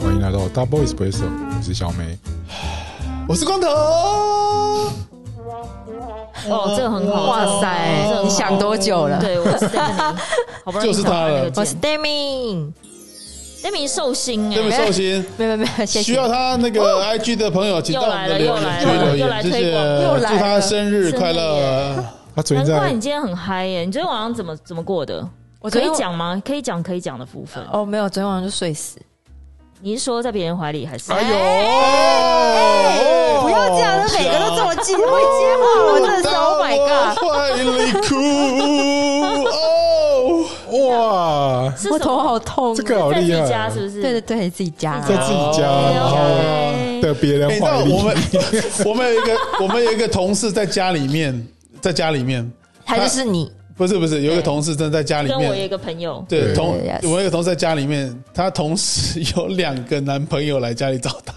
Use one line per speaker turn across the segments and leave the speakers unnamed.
迎来到 Double Espresso，我是小梅。
我是光头。
哦，这个很好，
哇塞
这个很好
你想多久了
对，我是 Demi，好不容易
就是他了
我
我是
是哦 Demi，
Demi 寿星哎
对不，起，寿星。
没有没有，谢
需
谢
要。他那个 IG 的朋友，请到我们的留
哦又
言
来了
区留
又来
言，谢
了
谢
又来推广又，
祝
来了
他生日快
生
乐。
他昨天
难怪
在
你今天很嗨耶！你昨天晚上怎么怎么过的？
我
可
昨天
以讲吗？可以讲可以讲的部分，
哦，没有，昨天晚上就睡死。
你是说在别人怀里还是？
哎呦，
哎
哦
哦
不要这样，每个都这么近，我接话，我真的 是 Oh my god！
怀里哭哦，
哇，
是
我
什么
头好痛。啊
这个好
哎在自
厉
己家
害，啊
是不哎是？
对对对，自己啊家
在
啦。
自己家
哦
然后的别人
你知道
怀里
哎我，们 我们有一个我们有一个同事在家里面，在家里面
他就是你，
不是不是有一个同事真的在家里
跟我有一
面。
个朋友，
对，
对
同
，yes
我有一个同事在家里面，她同时有两个男朋友来家里找她，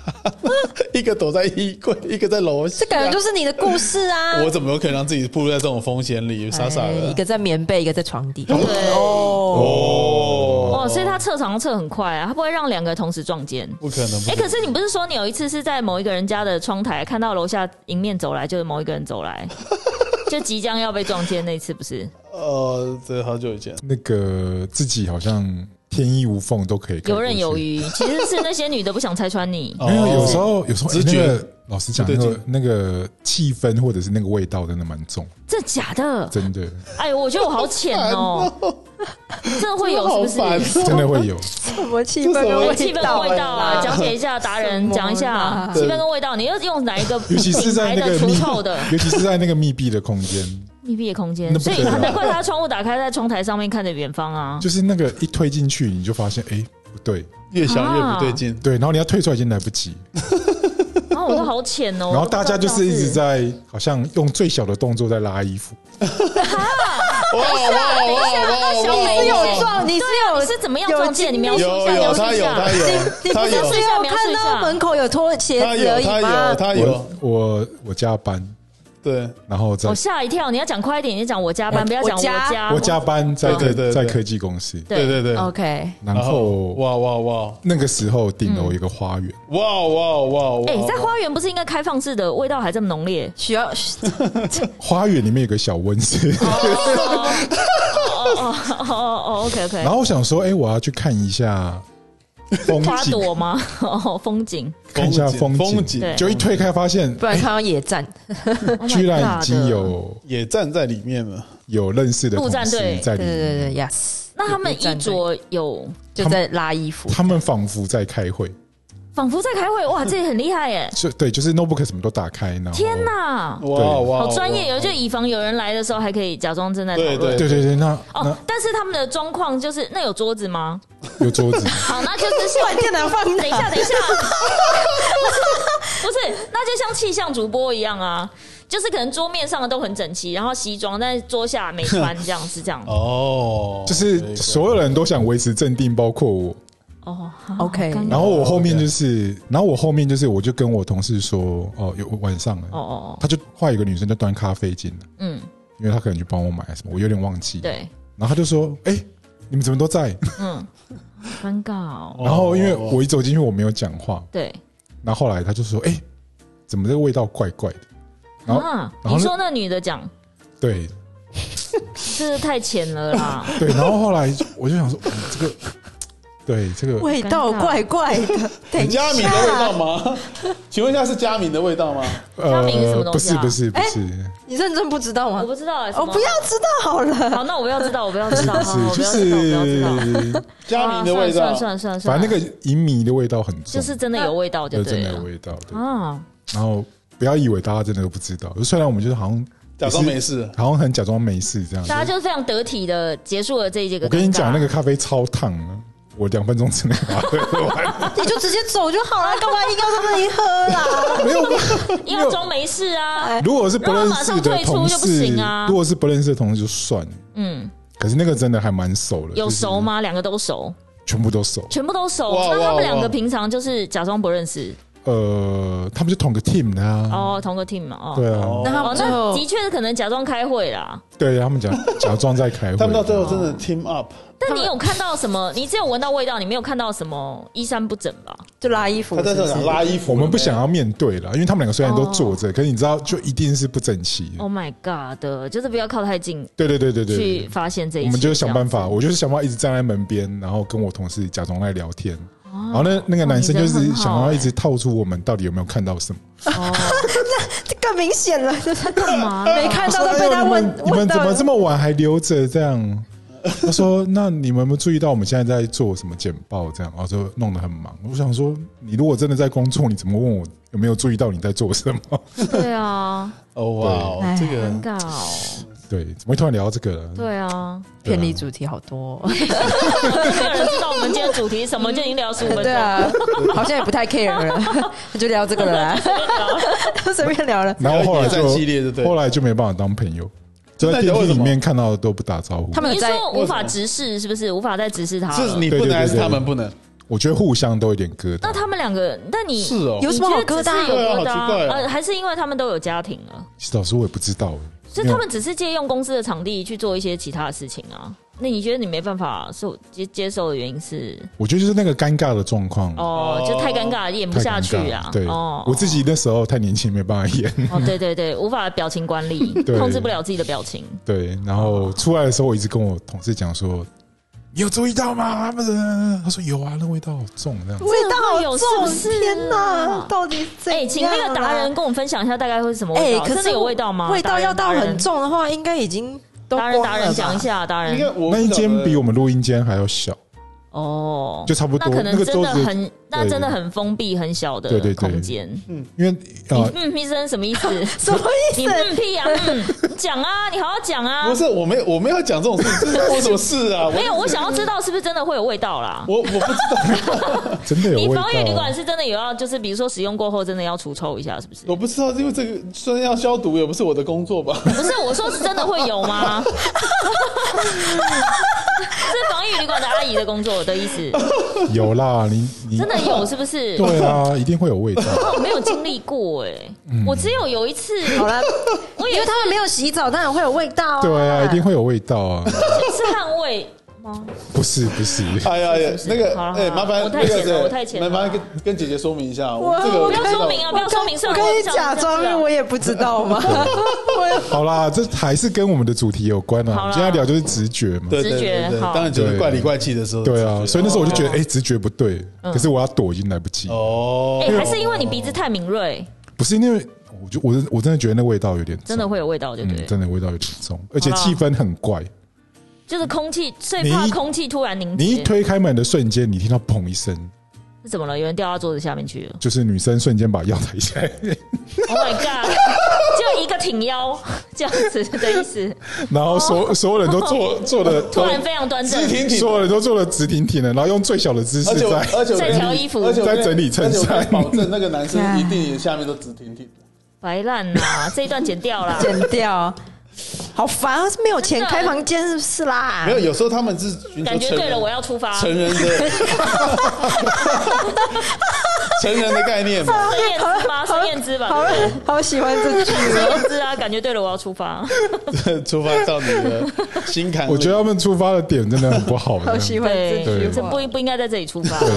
一个躲在衣柜，一个在楼下。
这感觉就是你的故事啊
我。怎么有可能让自己步入在这种风险里？傻傻
哎一
的。
个在棉被，一个在床底。
对
哦
哦，所以他测长测很快啊，他不会让两个同时撞见。
不可能。不
哎、可是你不是说你有一次是在某一个人家的窗台看到楼下迎面走来，就是某一个人走来，就即将要被撞见那一次，不是？
呃，这好久以前，
那个自己好像天衣无缝都可以，哦
游刃有。余。其实是那些女的不想拆穿你，
没有，有时候有时候
直
哎那
觉
个老实讲，
不
那
对劲
个那个气氛或者是那个味道真的蛮重，
这假的？
真的
哎，我觉得我好浅哦、 真的会有是
好
不是？哎
烦哦，
真的会有。
什么气
氛跟味
气氛跟味道啊，讲解一下达人，
什么啦
讲一下气氛跟味道，你又用哪一个
尤其是
品
在
牌
那
的
个
除
密
臭的，
尤其是在那个密闭的空间，
密闭的空间
那？不
所以
得了
难怪他的窗户打开，在窗台上面看着远方啊。
就是那个一推进去，你就发现哎、不对
越想越不对劲。
对，然后你要退出来已经来不及，
然后我都好浅哦、
然后大家就是一直
我
在好像用最小的动作在拉衣服，
哇哇哇哇
小
你
美
是
有
有撞，你是
不
有
知道这样子。你是怎么样撞见？你描述一
有
下，
有
描述
他
一
有
下
他。有他
你不
有
是只有看到门口有拖鞋
他
子而
有
已
他有
吗？
哎
他有
我我我加班，
对
然后在
我吓一跳，你要讲快一点，你讲我加班，不要讲
我家
家。
我加班在
对对对对
在科技公司，
对
对哦
对对。
OK，？
然后
哇哇哇
那个时候顶楼有个花园，
嗯
哇哇哇哇！
哎、在花园不是应该开放式的，味道还这么浓烈
需要
花园里面有个小温室，
哦哦哦哦哦，OK OK，
然后我想说，哎，我要去看一下风
花
景，
朵吗？哦，风景，
看一下风
风
景
对，
就一推开发现
不，然看到野战。
嗯
Oh my
居然已经
God
有
也站在里面了。
有认识的
陆
同
战
事
队
在
对
里
对对
面，
对，Yes。
那他们衣着有，
就在拉衣服，
他们仿佛在开会，
仿佛在开会，哇，这也很厉害耶！
就对，就是 notebook 什么都打开，然后
天哪，
哇哇！
好专业，有就以防有人来的时候还可以假装正在讨
对
论。
对对对，那
哦
那，
但是他们的状况就是，那有桌子吗？
有桌子。
好，那就是像
电脑放
等一下，等一下，不是，那就像气象主播一样啊，就是可能桌面上的都很整齐，然后西装，但是桌下没穿，这样是这样。
哦，
就是所有人都想维持镇定，包括我。
哦好
OK
尴尬
然后我后面就是，然后我后面就是，我就跟我同事说，哦，有晚上
哦
了，
哦哦，
他就换一个女生就端咖啡进来，
嗯，
因为他可能去帮我买什么，我有点忘记。。
对，
然后他就说，哎，你们怎么都在？
嗯，尴尬哦，
然后因为我一走进去，我没有讲话。
对。
然后后来他就说，哎，怎么这个味道怪怪的？然后
啊，
然后
你
呢
说那女的讲，
对
这太浅了 啦，
对，然后后来我就想说， 嗯这个对这个
味道怪怪 的。等一
佳敏的味道吗？请问一下是佳敏的味道吗？
嘉明是什么
呃，
东
不
西
是
啊
不是不
哎
是。
你认真不知道吗
我？不知道哎，什
我
么
哦不要知道好了。
好，那我不要知道，我不要 知道，好
是
我
就
不要知道，我不要知道。
是，
佳敏的味
啊
道，
算了算了算了算
反
了，
正那个银米的味道很重，
就是真的有味道，就
对真
对
的有
了
味道。对
啊。
然后不要以为大家真的都不知道，虽然我们就是好像
假装没事。
好像很假装没事这样。
大家就是非常得体的结束了这一个。
我跟你讲，那个，咖啡超烫的，我两分钟之内把它喝 完。
你就直接走就好了， 干嘛硬要在那里喝啦？
没有，
因为装没事啊，
如果是不认识的同
然后马上退出就不行
事
啊，
如果是不认识的同事就算了。
嗯，
可是那个真的还蛮熟的，
有
就是
熟吗？两个都熟，
全部都熟。
全部都熟。
哇
那
哇
他们两
哇
个平常就是假装不认识
呃，他们就同个 team 的啊。
哦，同个 team 嘛哦。
对啊，
哦
那他
哦
们，最
那
后
的确是可能假装开会啦。
对他们假假装在开会，啊
他们到最后真
哦
的 team up，
但你有看到什么？你只有闻到味道，你没有看到什么衣衫不整吧？
就拉衣服
他在
是
这
不是
想拉衣服，
我们不想要面对了，因为他们两个虽然都
哦
坐着，可是你知道，就一定是不整齐的。
Oh my god！就是不要靠太近
对对嗯对对对
去
对，
发现这一切，
我们就是想办
这
法，
样子。
我就是想办法一直站在门边，然后跟我同事假装在聊天。然后那那个
哦
男生
你
就
人很
是想
好
要
欸
一直套出我们到底有没有看到什么。
哦
这更明显了，
他干嘛？
啊
没看到都被他
哎呦
问
你们你
问
们怎
到
么这
了。
么晚还留着这样？他说：“那你们有没有注意到我们现在在做什么简报？这样，然后就弄得很忙。我想说，你如果真的在工作，你怎么问我有没有注意到你在做什么？
对啊，
哦哇哦
哎，
这
尴
个
尬哦。
对，怎么会突然聊到这个了？
对啊，
对啊
偏离主题好多、 哦，
没有人知道我们今天主题是什么，就已经聊十五分
对
钟 了。
啊，好像也不太 care 了， 就聊这个了 啦，就随便聊了。
然后后来
比较野战系
就
列，对不
后
对？
来就没办法当朋友，就
真
在
的
电
为
梯
什
里
么
面看到都不打招呼
他。们
你
有在
说无法直视是不是？无法再直视他
是
了。
你不
对对
能还是
对对
他们不能？
我觉得互相都有点疙
那
瘩。
他们两个，那你
是哦，
有什么好
你觉得
疙瘩
只是有疙瘩
对啊好奇怪哦
呃，还是因为他们都有家庭了，
其实老师我也不知道，
所以他们只是借用公司的场地去做一些其他的事情啊。那你觉得你没办法受接接受的原因是
我觉得就是那个尴尬的状况
哦，
哦
就太尴尬了，演不
太
下
尴
去
尬
啊
了。。对
哦，，
我自己那时候太年轻，没办法演。
哦，对对对，无法表情管理，
对
控制不了自己的表情。
对，然后出来的时候，我一直跟我同事讲说：“你有注意到吗？”他们他说：“有啊，那味道好重。”这样子，
味道
会有
好重，
是不是
天
啊
哪，到底怎
哎、
样啊？
请那个达人跟我们分享一下大概会是什么味
哎、
道？
可
真的
是
有味道吗？
味道要到
达人
很。重的话，应该已经都
达人
光
达人
了
讲一
吧？
下，达
应该
人
我
那一间比我
我
们录音间还要小，
哦，
就差不多。
那可能
个
真
桌
的
子，
很，那真的很封闭很小的
对对对
空间。
因为
你
呃，
嗯屁声什么意思？
什么
你
意思？
嗯屁啊嗯，讲啊，你好好讲啊
不。是我没有我没有讲这种事，这关我什么事啊？
没
我
有，我想要知道是不是真的会有味道啦。
我我不知道，
真的有
你
味
防疫旅
道
馆
啊。
是真的有要，就是比如说使用过后真的要除臭一下，是不是？
我不知道，因为这个虽然要消毒，也不是我的工作吧？
不是，我说是真的会有 吗？是防疫旅馆的阿姨的工作我的意思，
有啦，你你
真的有是不 是？
对啊，一定会有味道。
我没有经历过哎、我只有有一次，
好了，
我
因
也
为他们没有洗澡，当然会有味道啊。
对啊，一定会有味道啊！
是捍卫吗？
不是不是，
哎呀呀
是，是
那个
好了啊好
哎，
了
麻烦
我太
那个
浅了
谁
我太浅了
麻烦跟跟姐姐说明一下，
我
我这个
我
我
不
不
要
知道
说明啊，不要说明是吧，
我可以假装，因为我
也
也不知道 嘛。我
好啦，这还是跟我们的主题有关啊。
好啦
我们今天要聊就是直觉嘛。
对
直
对
觉
对对，
好
当然觉得
对
怪里怪气的时候，
对啊，所以那时候我就觉得，
哦
哎，直觉不对，
嗯
可是我要躲已经来不及。
哦
哎、，还是因为你鼻子太敏锐，
不是因为我就我我真的觉得那味道有点重
真的会有味道，对不
嗯，
对？
真的味道有点重，而且
好啦
气氛很怪。
就是空气，最
你
怕
一
空气突然凝结。
你一推开门的瞬间，你听到砰一声，
是怎么了？有人掉到桌子下面去了。
就是女生瞬间把腰抬起来，
Oh my god！就一个挺腰这样子的意思，
然后所、所有人都坐坐的
哦 突然非常端正
直。挺挺，
所有人都坐的直挺挺的，然后用最小的姿势
而且我
在。
而且我
在挑衣服
而且我
在整理衬衫
而且我保证那个男 生一定也下面都直挺挺。
白烂啦，这一段剪掉 啦。
剪掉，好烦啊！是没有钱
真的
开房间是不是啦
没？有，有时候他们是寻求
感觉
成
对了，
人
我要出发。
成人 的成人的概念嘛。
孙燕姿吧，孙燕姿吧，
好
对
好喜欢这 句
不对孙
哦。
燕姿啊，感觉对了，我要出发。
出发到你的心坎里，
我觉得他们出发的点真的很不好，
好喜
欢。
欢这
对
句
对
这
话，
不不应该在这里出发，
对，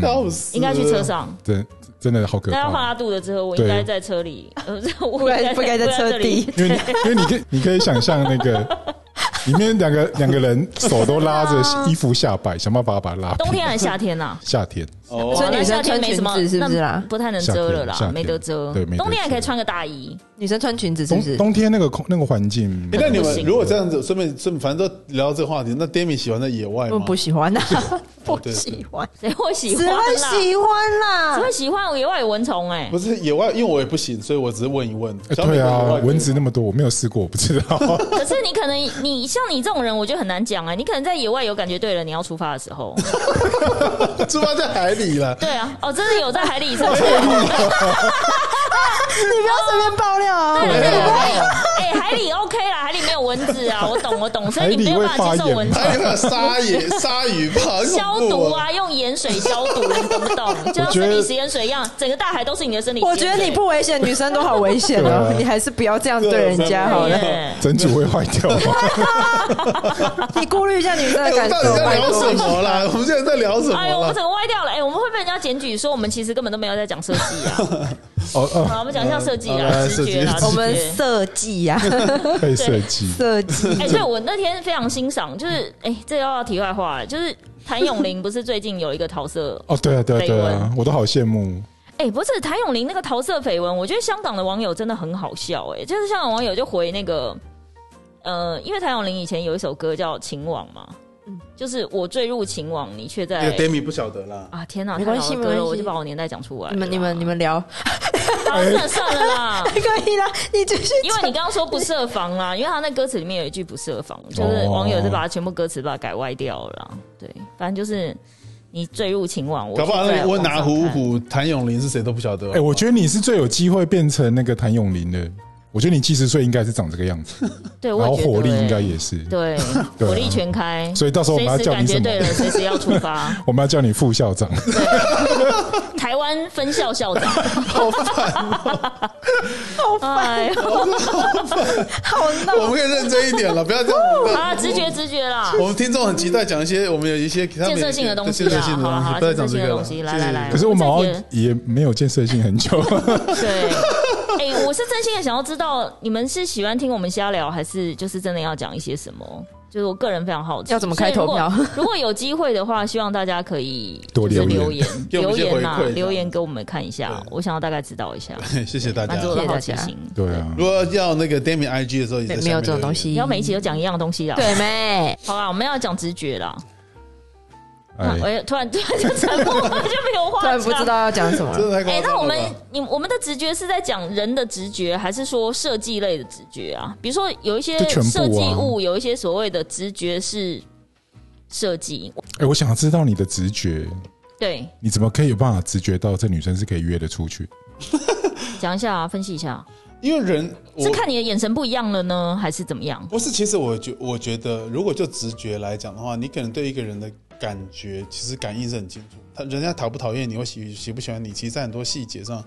笑死，
应该去车，
嗯
上。
真真的好可
大家换
怕。
拉肚子之后，我
对
应该在车里，呃， 我
不该
应
不该在车
这里
底。
因为你因为 你可以你可以想象那个里面两个两个人手都拉着衣服下摆，想办法把它拉平。
啊冬天还是夏天呐？
夏天，
哦
所以
那
女生
夏天
穿
没
裙
什么
子是不是
那
啊啦？
不太能遮了
夏天夏
啦，
天
没得遮。
对没得遮
冬天还可以穿个大衣，
女生穿裙子是
冬
不是？
冬天那个空那个环境，
哎诶那你
不
们
行
如果这样子，顺便顺反正都聊到这个话题，那 Demi 喜欢在野外
我
嗯
吗？
不喜欢呐，啊不
对对
喜欢，
谁会喜欢
只
啦？
会喜欢
只
啦
会。喜欢野外有蚊虫哎
嗯不。是野外，因为我也不行，所以我只是问一问。
呃
小美
对
国野
啊
外，可以
蚊子那么多，我没有试过，我不知道。
可是你可能你像你这种人，我觉得很难讲哎。你可能在野外有感觉对了，你要出发的时 候，
出发在海里了，
啊对啊，哦，真的有在海里上。
你不要随便爆料啊！
但是哎、海里 OK 啦，海里没有蚊子啊，我懂我懂，所以你没有办法接受蚊子。
还有鲨鱼、鲨鱼吧，很
消
恐怖
毒！啊，用盐水消毒，你懂 不懂？就像生理实验水一样，整个大海都是你的生理。
我觉得你不危险，女生都好危险哦
对啊，
你还是不要这样对人
啊
家好了。
耶
整组会坏掉 吗？
你顾虑一下女生
哎
的
我们
感
到底
受，
在
拜
聊
托
什。么啦？
哎
我们现在在聊什么
哎呦，我
啦
们？整个歪掉了！哎、我们会被人家检举说我们其实根本都没有在讲 设计啊。
哦
好，
哦，
我们讲一下设计
好
啊，
来
直觉啊，
设计
我们
直觉
设计呀，
被设计，
设计。
哎、所以我那天非常欣赏，就是哎、这又要题外话了，就是谭咏麟不是最近有一个桃色，
哦，对啊，对啊，对
绯
啊
闻，
我都好羡慕。
哎、不是谭咏麟那个桃色绯闻，我觉得香港的网友真的很好笑、哎，就是香港网友就回那个，呃，因为谭咏麟以前有一首歌叫《情网》嘛，
嗯
就是我坠入情网，你却
那
在
个 Demi 不晓得啦，
啊，天哪，
没关
太
系
老的歌
没
了，
关系
我就把我年代讲出来了啦。
你们你们你们聊，
好，算了算了啦。
可以啦，你继续
因为你刚刚说不设防啊啦，因为他那歌词里面有一句不设防，就是
哦
网友就把它全部歌词把它改歪掉了啦。对，反正就是你坠入情网，我
搞不好
就在
那温拿
网
虎
上看
虎、谭咏麟是谁都不晓得。
哎，我觉得你是最有机会变成那个谭咏麟的。我觉得你七十岁应该是长这个样子，
对，
然后
我也觉得
火力应该
欸
也是。
对，
对啊
火力全开，
所以到时候我
随
们要
时
叫你
感
什
觉
么？
对了，随时要出发。
我们要叫你副校长。
台湾分校校长，
哦
好烦，
哎呦，
好
我
闹。
们可以认真一点了，不要 这样。
啊，直觉直觉啦。
我们听众很期待讲一些我们有一些建
建设性的东西
建
啊
设性的
好啦
东西，
好啦
不要讲这个了
建设性的东西
谢谢
来来来
可是我们好
我
像也没有建设性很久。
对，哎、我是真心的想要知道，你们是喜欢听我们瞎聊，还是就是真的要讲一些什么？就是我个人非常好奇，
要怎么开
所以如果
投票
如果有机会的话，希望大家可以
多
就是
留
留
言
言，
给我们一
留
些
言啊
回馈这，样
留言给我们看一下
对，
我想要大概知道一下，
对谢谢大家
满。足我的好奇
谢谢
心。
对啊，
如果要那个 Demi IG 的时候，也在
没
下面
没有这种东
留
西，
你要每一集都讲一样东西啦。，
对妹，
好啦，我们要讲直觉啦。啊
哎，
我也突然突然就沉默了，就没有话讲。
突然不知。道要讲什么
言，真
了。
的
啊
太
哎、
夸张
那
了吧
我们你我们的直觉是在讲人的直觉，还是说设计类的直觉啊？比如说有一些
就全部啊
设计物，有一些所谓的直觉是设计，
哎，我想知道你的直觉，
对，
你怎么可以有办法直觉到这女生是可以约得出去？
讲一下、啊，分析一下，
因为人
是
我
看你的眼神不一样了呢，还是怎么样？
不是，其实我觉我觉得，如果就直觉来讲的话，你可能对一个人的感觉，其实感应是很清楚。他人家讨不讨厌你，或喜喜不喜欢你，其实在很多细节上，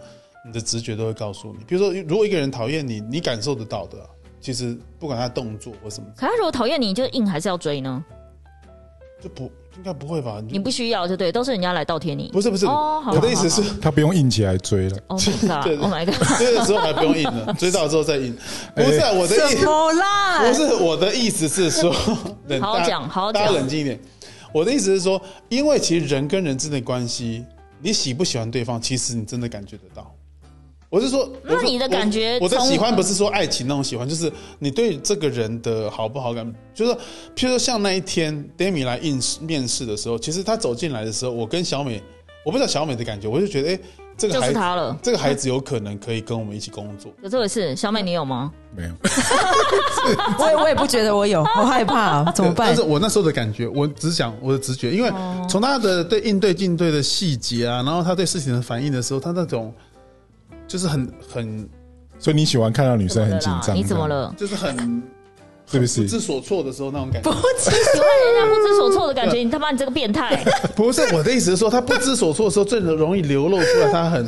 你的直觉都会告诉你。比如说，如果一个人讨厌你，你感受得到的啊，其实不管他动作或什么，
可他如果讨厌你，就硬还是要追呢？
就不应该不会吧？
你不需要，就对，都是人家来倒贴你。
不是不是，
哦好
我的意思是，
她不用硬起来追了。
Oh my god！Oh my god！
追的时候还不用印呢，追到之后再印。不是啊、我的意
什么啦？
不是我的意思是 说，冷
好好
大家
讲好好
大家
讲
冷静一点。我的意思是说，因为其实人跟人之间的关系，你喜不喜欢对方，其实你真的感觉得到。我是说，
那
我说
你的感觉
我我的
从
喜欢不是说爱情那种喜欢，就是你对这个人的好不好感，就是说譬如说像那一天 Demi 来应试面试的时候，其实他走进来的时候，我跟小美，我不知道小美的感觉，我就觉得，哎、这个
就
孩
是
子，
他了。
这个孩子有可能可以跟我们一起工作。
有这回事，小美你有吗？
没 有，
我也我也不觉得我有，好害怕哦，怎么办
但是？我那时候的感觉，我只讲我的直觉，因为
哦
从他的对应对进退的细节啊，然后他对事情的反应的时候，他那种就是很很
所以你喜欢看到女生很紧
怎么了啦
张？
哎你怎么？了？
就是很
是不
不
是？
知所措的时候那种感觉
不。
喜
知
欢人家不知所措的感觉，你他妈你这个变态！
不是我的意思是说，他不知所措的时候，最容易流露出来他 很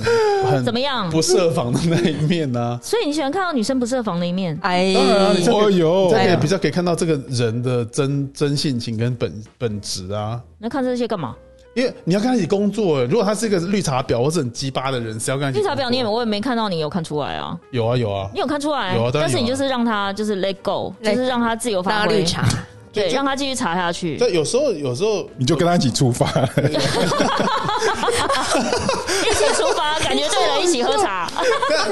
很
怎么样
不设防的那一面啊 呢、
所以你喜欢看到女生不设防的一面。
哎，
当然啊
嗯
你这
哦
啊？
哟
这，可
哎
以
呀
比较可以看到这个人的真真性情跟本本质啊。
那看这些干嘛？
因为你要跟他一起工作，如果他是一个绿茶婊或是很鸡巴的人，谁要跟他一起
绿
工作？
茶婊你也我也没看到你有看出来啊，
有啊有啊
你，有看出来，
有啊当然有啊
但是你就是让他就是 let go，
Let-
就是让他自由发
当
挥，
绿茶，
对，
就
让他继续查下去。
对，有时候有时候
你就跟她一起出发。
一起出发，感觉对了，一起 喝茶。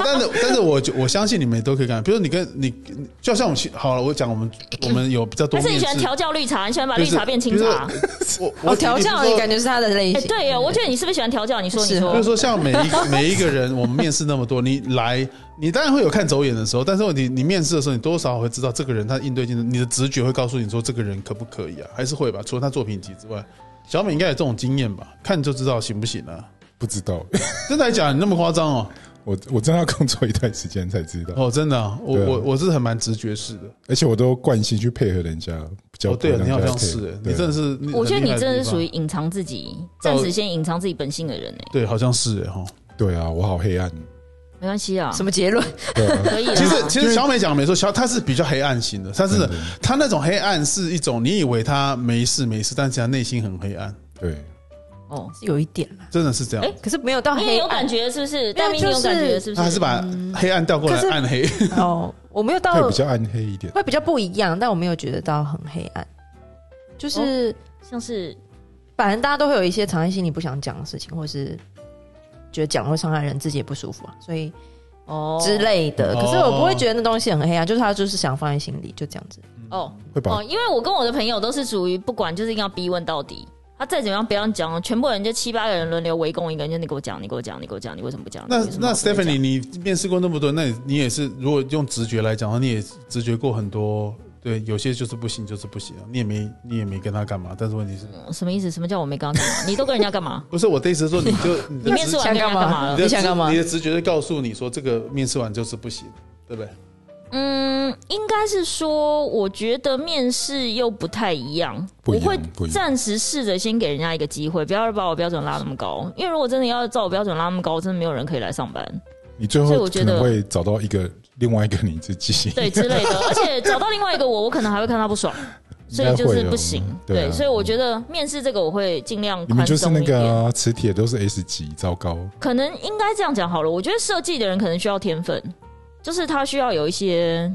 但但是但是我就我相信你们也都可以干，比如你跟你就像我们去好了，我讲我们我们有比较多
还
面试，
是你喜欢调教绿茶？你喜欢把绿茶变清茶？
就是。 我
我
我
调教你感
觉。
觉是他的类
哎，
型，
对耶，我觉得你是不是喜啊欢调教？你说，
是
你说
就是，说，像每一个每一个人，我们面试那么多，你来，你当然会有看走眼的时候，但是你你面试的时候，你多多少少会知道这个人他应对进退，你的直觉会告诉你说这个人可不可以啊，还是会吧。除了他作品集之外，小美应该有这种经验吧，看就知道行不行啊？
不知道，
真的还假的？你那么夸张哦？
我我真的要工作一段时间才知道，
哦，真的啊、我
对啊
我我是很蛮直觉式的。
而且我都惯性去配合人家，比较
哦，对
不
啊，
会
你
让
好
人家
像是
配合
欸，
对
你真的是，
我觉得
很厉
你
害的
真的
地
是
方
属于隐藏自己，
到
暂时先隐藏自己本性的人哎、
对，好像是哎哈。
对啊，我好黑 暗，
没关系啊，
什么结论？
对啊，
可以啦。
其实其实小美讲的没错，小她是比较黑暗型的，她是
真
啊
的
她那种黑暗是一种你以为她没事没事，但其实她内心很黑暗，
对，
哦，
是有一点啦，
真的是这样
哎。
可是没有到
因为
黑
有
暗
感觉是不是？
因
大
为
明
就
你
是
有感觉是不嗯
她啊还是把黑暗调过来
可是
暗黑，
哦，我没有到
会比较暗黑一点，
会比较不一样，但我没有觉得到很黑暗，就是、
像是
反正大家都会有一些藏在心里不想讲的事情，或是觉得讲会伤害人，自己也不舒服啊，所以
哦
之类的。
哦
可是我不会觉得那东西很黑暗，就是他就是想放在心里，就这样子。
哦
会把
哦，因为我跟我的朋友都是属于不管就是一定要逼问到底。他再怎么样不要讲，全部人就七八个人轮流围攻一个人，就你给我讲，你给我讲，你给我讲，你为什么不讲？
那
你为什么
那
不讲
Stephanie，你面试过那么多，那你你也是，如果用直觉来讲的话，你也直觉过很多，对，有些就是不行，就是不行啊，你也没你也没跟他干嘛，但是问题是，
什么意思？什么叫我没刚干嘛？你都跟人家 干嘛？
不是我的意思是说，你就你
你
的
面
直
试完跟人家啊干嘛
你
了
的？
啊你想干嘛
直你的直觉就告诉你说，这个面试完就是不行，对不对？
嗯，应该是说，我觉得面试又不太一样，
不一
我
样
会
不一样
暂时试着先给人家一个机会，不要把我标准拉那么高，因为如果真的要照我标准拉那么高，真的没有人可以来上班。
你最
所以我
后
觉
可能
得
会找到一个另外一个你自己，
对之类的。而且找到另外一个我，我可能还会看他不爽，所以就是不行
应该会哦。对啊
对，所以我觉得面试这个我会尽量
你们
宽
就是
松
那
一点。
个啊磁铁都是 S 级，糟糕，
可能应该这样讲好了。我觉得设计的人可能需要天分，就是他需要有一些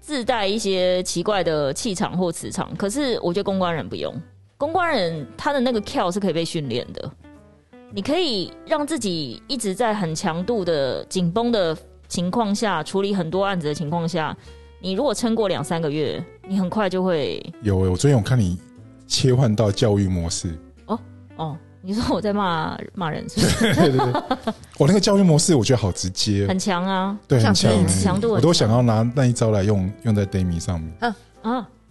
自带一些奇怪的气场或磁场。可是我觉得公关人不用，公关人他的那个 Q 是可以被训练的。你可以让自己一直在很强度的紧绷的情况下处理很多案子的情况下，你如果撑过两三个月，你很快就会
有欸诶、我最近有看你切换到教育模式，
哦。你说我在骂骂人是不 是？
对对对，哦我那个教育模式我觉得好直接哦，
很强啊
对，很
想
强欸
听，
强度很
我都
强
想要拿那一招来用用在 Demi 上面。
啊！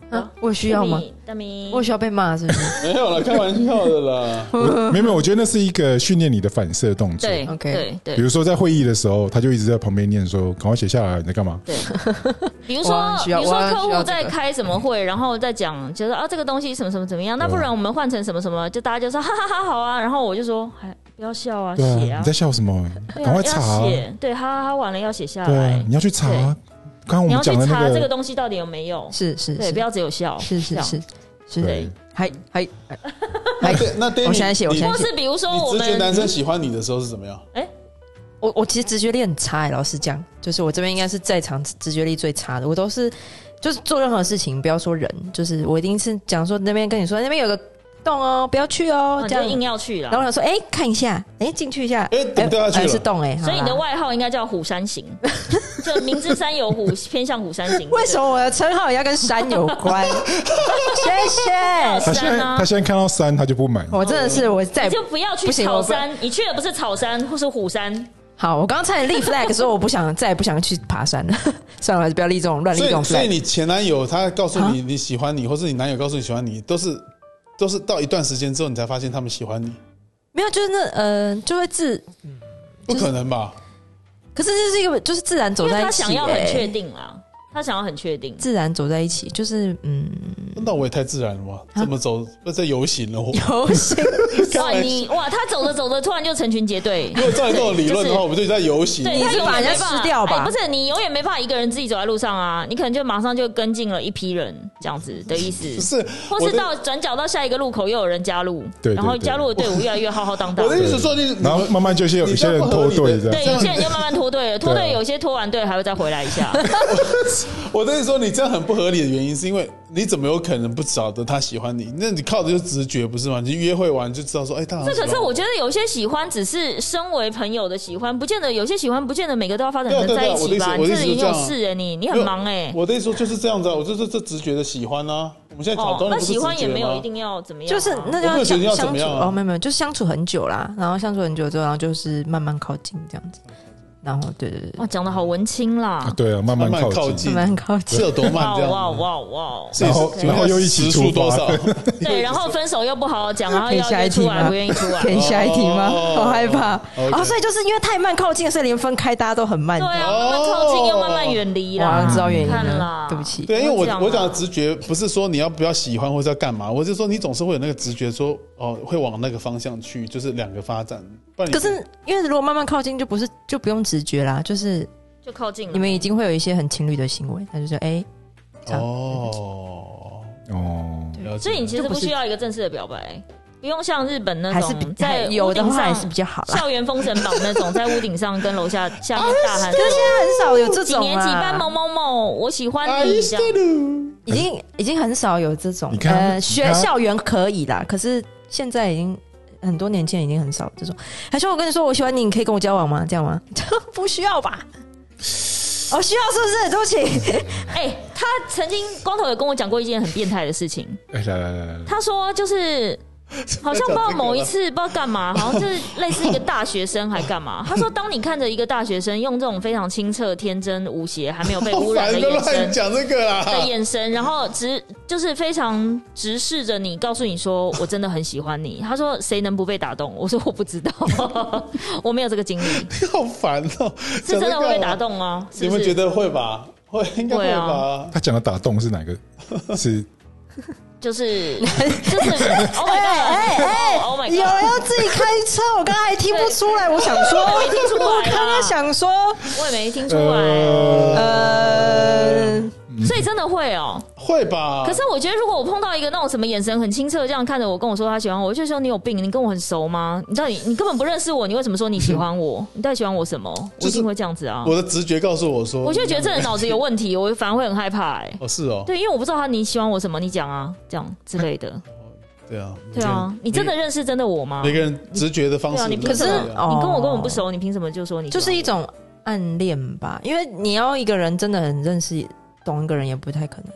啊，我有需要吗？？
大明，
我有需要被骂是不是
没有了，开玩笑的啦。
我没有，没有，我觉得那是一个训练你的反射动作。
对
OK
对
比
对
如说在会议的时候，他就一直在旁边念说：“赶快写下来，你在干嘛
对， 比如
我
说
很需
比
要
如说
我很需要
客户
这个
在开什么会，然后再讲就是啊这个东西什么什么怎么样，那不然我们换成什么什么，就大家就说哈哈哈好啊，然后我就说还不要笑？”啊
对
写
啊，
啊
你在，笑什么？
对
赶快
啊要
查啊。
写，对哈哈哈完了要写下
对啊
来，，
你要去查啊。刚刚我
你
们
要去
讲的
查
那
这个
个，
东西到底有没有，
是是
对，不
是
要只有笑，
是
这
是
样
是是，
对，
还还
那 对那 Danny，
我现在写我
你
现在
或是比如说我
你直觉男
们
生喜欢你的时候是怎么样？
我我其实直觉力很差、欸，老实讲，就是我这边应该是在场直觉力最差的。我都是就是做任何事情，不要说人，就是我一定是讲说那边跟你说那边有个洞哦，不要去哦，
啊就
这样。
硬要去
然后
啦。
我想说，哎、看一下，哎、进去一下，
哎怎么掉下去
哎
了
是洞哎、
所以你的
好啦
外号应该叫虎山 行，就明知山有虎，偏向虎山行。
为什么我的称号也要跟山有 关？谢谢，
他现在
山啊
他现在看到山他就不
哦
满，
我真的是我再
你就不要去
哎不行
草
我不
山，你去的不是草山或是虎山，
好，我刚刚差点立 flag，说我不想再也不想去爬山了， 算了，还是不要立这种乱立
所
这种
以所以
flag。
你前男友他告诉
啊
你你喜欢你，或是你男友告诉你喜欢你，都是都是到一段时间之后你才发现他们喜欢你，
没有，就是那呃，就会自
不可能吧？
可是这是一个，就是自然走
因为
在一起、
他想要很
欸
确定啦，他想要很确定。
自然走在一起，就是 嗯，
那我也太自然了
啊
吧？这么走不是在游行 了？我
游行
哇，你哇，他走着走着突然就成群结队
如。果照你这种理论的
就
话，
是
我们就在游行。
对，
你
他
是
永远
把人家
没办法
吃掉吧
哎不是，你永远没办法一个人自己走在路上啊，你可能就马上就跟进了一批人这样子的意
不
思，
是，
或
我
是
的
到转角到下一个路口又有人加入，
对对
然后
对
加入的队伍越来越浩浩荡荡
我的。意思是说你，
然后慢慢就是有
你
有些人
这样不合
脱
理的
队这
对，
样。
有些人就慢慢 脱队了，脱
对
队
啊
有些脱完队还会再回来一下，
我跟你说，你这样很不合理的原因，是因为你怎么有可能不晓得他喜欢你？那你靠的就是直觉，不是吗？你约会完就知道说，哎、他好像
这可
喜
是
欢
我觉得有些喜欢只是身为朋友的喜欢，不见得有些喜欢不见得每个都要发展成
对啊
在
对
一
啊
起吧。
我
你
的意思我的意思是
这里你
这
有
样
事哎，你你很忙哎。
我的意思说就是这样子啊，我就是这直觉的喜欢啊。我们现在讨
哦，
论
那
的不是直
喜
觉吗
欢也没有一定要怎么样啊，
就是那就
我没有觉
相
得要怎
相
么
处
样啊
哦，没有没有，就是相处很久啦，然后相处很久之后，然后就是慢慢靠近这样子。然后对对对，
哇，讲的好文青
啊，
啦！
对啊，慢慢
慢慢
靠
靠
近，
近
蛮靠
是
近。
有多慢
哇
这样？
哇哇 哇！
所以
然后
请
然
问
后又一起
时
出发
速多少？
对，然后分手又不好好 讲，然后
可以
要
下一
约出
题
来
吗
不愿意出来，
可以下一题吗？
哦
好害怕。
OK
哦，所以就是因为太慢靠近，所以连分开大家都很慢。
对啊，慢慢靠近又慢慢远离
我好
啦
像。知道原因
看
了
啦，
对不起。
对，因为我
这样啊
我讲的直觉不是说你要不要喜欢或者要干嘛，我是说你总是会有那个直觉说哦会往那个方向去，就是两个发展。不然你
可是因为如果慢慢靠近，就不是就不用直觉啦，就是
就靠近了
你。们已经会有一些很情侣的行为，那就是哎，这样
哦，
哦，
了解
所以你其实
就不
不
是
需要一个正式的表白，不用像日本那
还是比
种
还
在
有
屋
的
顶
话还
上
是比较好啦。
校园封神榜那种，在屋顶上跟楼下下面大喊
可是现在很少有这
几
种啊
年级班某
啦，
某某，我喜欢
爱
啊你这
して
样。
る
已经已经很少有这种
你。看
呃，
你
学
看
校园可以啦，可是现在已经很多年轻人已经很少这种。还说我跟你说我喜欢你，你可以跟我交往吗？这 样吗？不需要吧？哦，需要是不是？对不起。
哎、他曾经光头有跟我讲过一件很变态的事情，
哎，来来来来来，
他说就是好像不知道某一次不知道干嘛，好像就是类似一个大学生还干嘛。他说，当你看着一个大学生用这种非常清澈、天真、无邪、还没有被
好
污染
烦，
哎的
不要
眼
乱
神。
讲这个啊
的
啦。
眼神，然后直就是非常直视着你，告诉你说我真的很喜欢你。他说谁能不被打动？我说我不知道， 我没有这个经历，
好烦哦，
是真的会被打
动。
动吗？是
你
不
们
是
觉得会吧？会，应该
会
会
啊
吧？
他讲的打动是哪 个？是
就是就是 Oh my
哎
God，
哎
Oh my
有
God，
人要自己开车，我刚才还听不出来，我想说，
我也没听出来啊
我刚刚想说，
我也没听出来，
呃
呃，
所以真的会哦。
会吧？
可是我觉得，如果我碰到一个那种什么眼神很清澈这样看着我，跟我说他喜欢我，我就说你有病，你跟我很熟吗？你到底你根本不认识我，你为什么说你喜欢我？你到底喜欢我什么？我
就是
一定会这样子啊！
我的直觉告诉我说，
我就觉得这人脑子有问题，我反而会很害怕哎、
哦是哦，
对，因为我不知道他你喜欢我什么，你讲啊，这样之类的。
对啊，
对啊，你真的认识真的我吗？
每个人直觉的方
对啊，
式
你
不
凭
一
什
样，
可是哦
么？你跟我根本不熟，你凭什么就说你喜
就
欢
是
我
一种暗恋吧，因为你要一个人真的很认识，懂一个人也不太可能。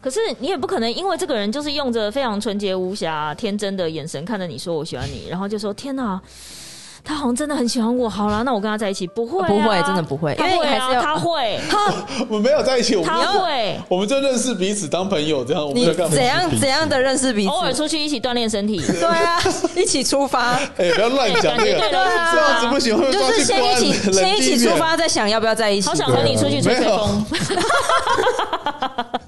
可是你也不可能因为这个人就是用着非常纯洁无瑕、天真的眼神看着你说我喜欢你，然后就说天哪，他好像真的很喜欢我，好啦，那我跟他在一起不会、啊，
不会真的不会
他
因为
会
你还
啊，
是要
他 会，
我们没有在一起，我们
他
就
会。
我们就认识彼此当朋友，这样我们
你
就干嘛
怎？样
彼此
怎样的认识彼
偶尔
此？
出去一起锻炼身体，
对啊，一起出发，
哎，不要乱讲这
对
个，
对
这
对啊
样子不行，会被抓
就是
去
先一
关
起先一起出，
冷
发，再想要不要在一起
好。想和你出去吹吹风。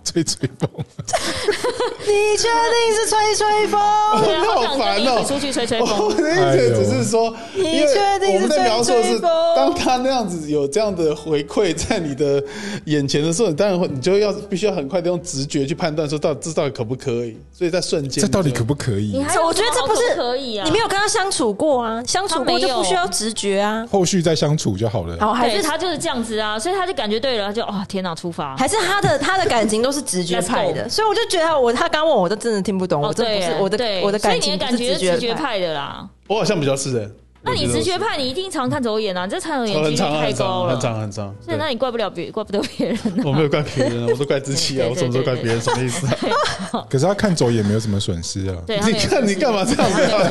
吹吹风，
你确定是吹吹风？
对啊，好
好
想
烦
跟你一
哦
起出去吹吹
地面我
风。
的
哎
意思只是说，因
你确
为
定
我们
是
在描述的是，
吹风
当他那样子有这样的回馈在你的眼前的时候，你当然会，你就要必须要很快的用直觉去判断说到底这到底可不可以，所以在瞬间
这到底
你就
可不可以
你？还有
我觉得
什么
这不是
好可以啊，
你没有跟他相处过啊，相处过就不需要直觉啊。
后续再相处就好了。
哦，还
对
是
他就是这样子啊，所以他就感觉对了，他就哦天哪，出发。
还是他的他的感情都是直觉派
Let's
的，所以我就觉得我他刚问我，我都真的听不懂，
哦
我真的
对
不
耶
是我的
对
我的
所以你
感
的
情
感
不
觉
是
是
直
直
觉
觉
派。
派的啦。
我好像比较是的。
那你
我觉得
直
我
觉
是
派，你一定常看走眼啊，你这看走眼
哦
几
很
率
长啊
太
很
高
长
了。
很长很长，
所以那
对
你怪不了别，怪不得别人、
我
啊。
没有怪别人 啊，我都怪自己啊，
对对
我什么时候怪别人什么意思啊？
可是他看走也没有什么损失啊。
对，他
你
没有
看你干嘛这样子啊？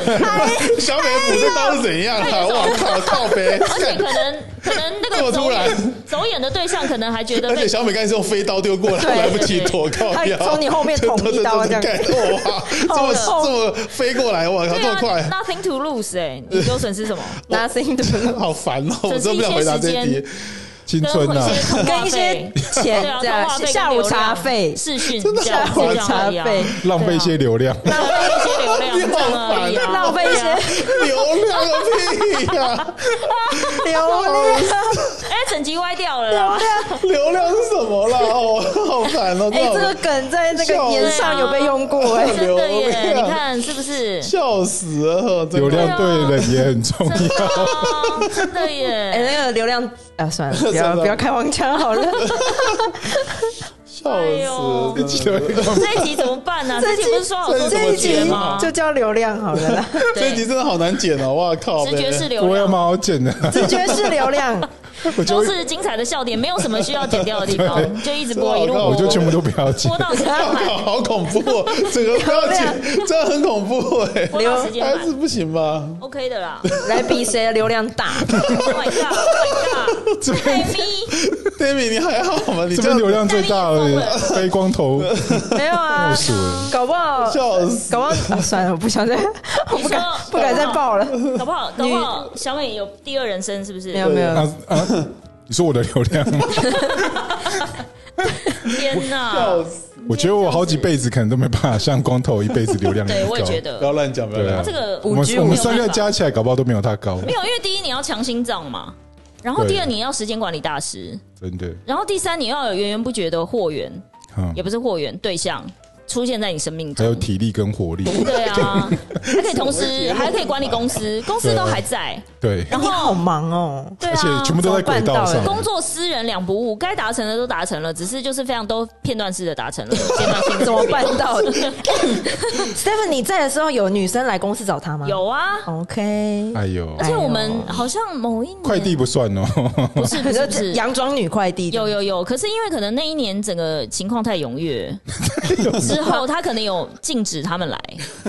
小美补这刀是怎样
哎
啊？
呦
我靠，靠背！
而且可能可能那
这么
个
突
走
然
眼走眼的对象，可能还觉 得
而且
被
小美刚才是用飞刀丢过来，
对
来不及躲，靠
他
腰！
从你后面 捅一刀这样
对对对对哇，这么
好
这么飞过来，哇，靠，
对
这么
啊
快，
，nothing to lose 哎、你有损 失什么？
Nothing to
好烦哦！我
只是
真
一
不想
些
回答
时
这一
间
题，，
青
跟
春啊
一，些通话
跟一些
费
钱
对啊，
这
通话费跟
样下午
流量
茶费
视讯
真的
这样
好
是这
晚
样
茶
而已啊
费，
浪费一些流量。
浪费一些流量，这样而已啊，
浪费一些
流量个屁呀！
啊
流量。
哎，整集歪掉了啦。
流量是什么啦？哦，好烦哦！
哎、
真
这
的
个
好
梗在那个年上有被用 过哎、
真的
流
耶！
量
你看是不是？
笑死了，真的
流量对人也很重
真的
要。
啊真的
哎、
耶！
那个流量啊，算 了，不
算
要
了
不要开黄腔 好了。
笑
哎
死了，
呦
真的
这一集怎么办呢？这一集不是说好说
这
这
直
一
一集
觉
集
吗？
就叫流量好了啦，
这一
对
集真的好难剪哦！哇靠，
直觉是流
我也
量，
蛮好剪的，
直觉是流量，
我就
都是精彩的笑点，没有什么需要剪掉的地方，就一直播一
真
路
的好看
播，
我就全部都不要剪
播，到时间 满，
好恐怖、哦，这个不要紧，这样很恐怖哎、
播到时 间
还是
满
不行吧？
，OK 的啦。
来比谁的流量大。
Oh my god，Oh my god，Amy，
David，你还好吗？你
这
这
边
样
流量最大了，背光头
没有啊
倒，数 了，
搞不好，
笑死，
搞不好、啊、算了，我不想再，我不敢
你说，
不敢再爆了。
搞不好，搞不好小美有第二人生，是不是？
没有没有，
啊啊！你说我的流量 吗？
天哪
笑！死！
我觉得我好几辈子可能都没办法像光头一辈子流量那么
对，
高。
我也觉
不
得
要乱讲，不要
对
乱
啊，
讲。
这个
我们
5G
我
我没
们
有
三个
办法
加起来，搞不好都没有他高，
没有，因为第一你要强心脏嘛，然后
对
第二你要时间管理大师，
真的。
然后第三你要有源源不绝的货源，
嗯
也，不是货源对象出现在你生命
还有
中。
体力跟活力，
对 啊，还可以同时还可以管理公司，公司都还 在，
对，
然
你好
后
忙哦，
对
而且
啊，
全部都在轨道
怎么办
上
到。
工作私人两不误，该达成的都达成了，只是就是非常都片段式的达成了，阶段 性的
怎么
哎
办到 的？Stephen，你在的时候有女生来公司找他吗？
有啊。
，OK，
哎呦
而，且我们好像某一年
快递不算哦，
不是不是不是
洋装女快递
有有有，可是因为可能那一年整个情况太 踊跃，之后他可能有禁止他们来，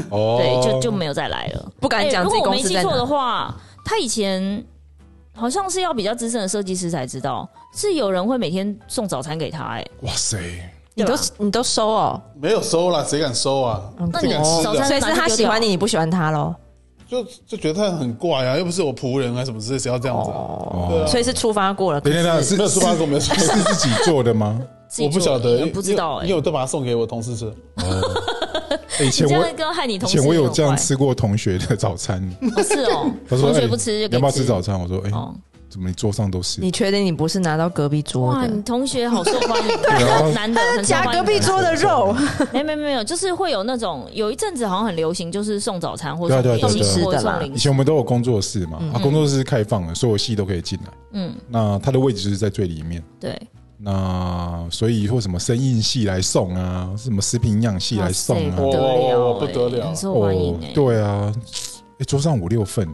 哦，
对，就就没有再来了。
不敢
哎
讲
如
自己
果我
公
没
司
记
在
错的
哪。
话，他以前好像是要比较资深的设计师才知道，是有人会每天送早餐给他、哎，
哇塞，
你都
对吧
你都收哦，
没有收啦，谁敢收啊？
那
不
你
敢吃
早
的
餐
所以是他喜欢你，你不喜欢他喽。
就就觉得他很怪啊，又不是我仆人啊，什么之类，谁要这样子、啊？对
哦
啊，
所以是触发过了。
等一下等一下，是
没有说八个，没有说八
是
个，
是自己做的吗？
自己
我
做
不晓
的
得，
也不知道哎、
因为我都把它送给我同事吃。
哎以
你
前
这
我
样跟害你
以
同事
前我有这样
很
吃过同学的早 餐，
怪，哦是哦，
他说
同学
哎
不吃就
你要
给
不要吃早餐？我说哎，
哦，
怎么你桌上都是？
你确定你不是拿到隔壁桌
哇，
的？
你同学好受 欢
然后
迎，男的很受
夹
欢
隔
迎
壁桌的肉，
没没没有，就是会有那种有一阵子好像很流行，就是送早餐或
对啊
送
对啊
点
对啊
心或
对啊
送零
以
食。
前我们都有工作室嘛，啊，工作室开放了，所有系都可以进来。
嗯，
那它的位置就是在最里面。
对，
那所以或什么生硬系来送啊，什么食品营养系来送
哇塞不
啊，
得了欸，
哦不得了
很受欢迎啊哎。
对啊，哎，桌上五六份，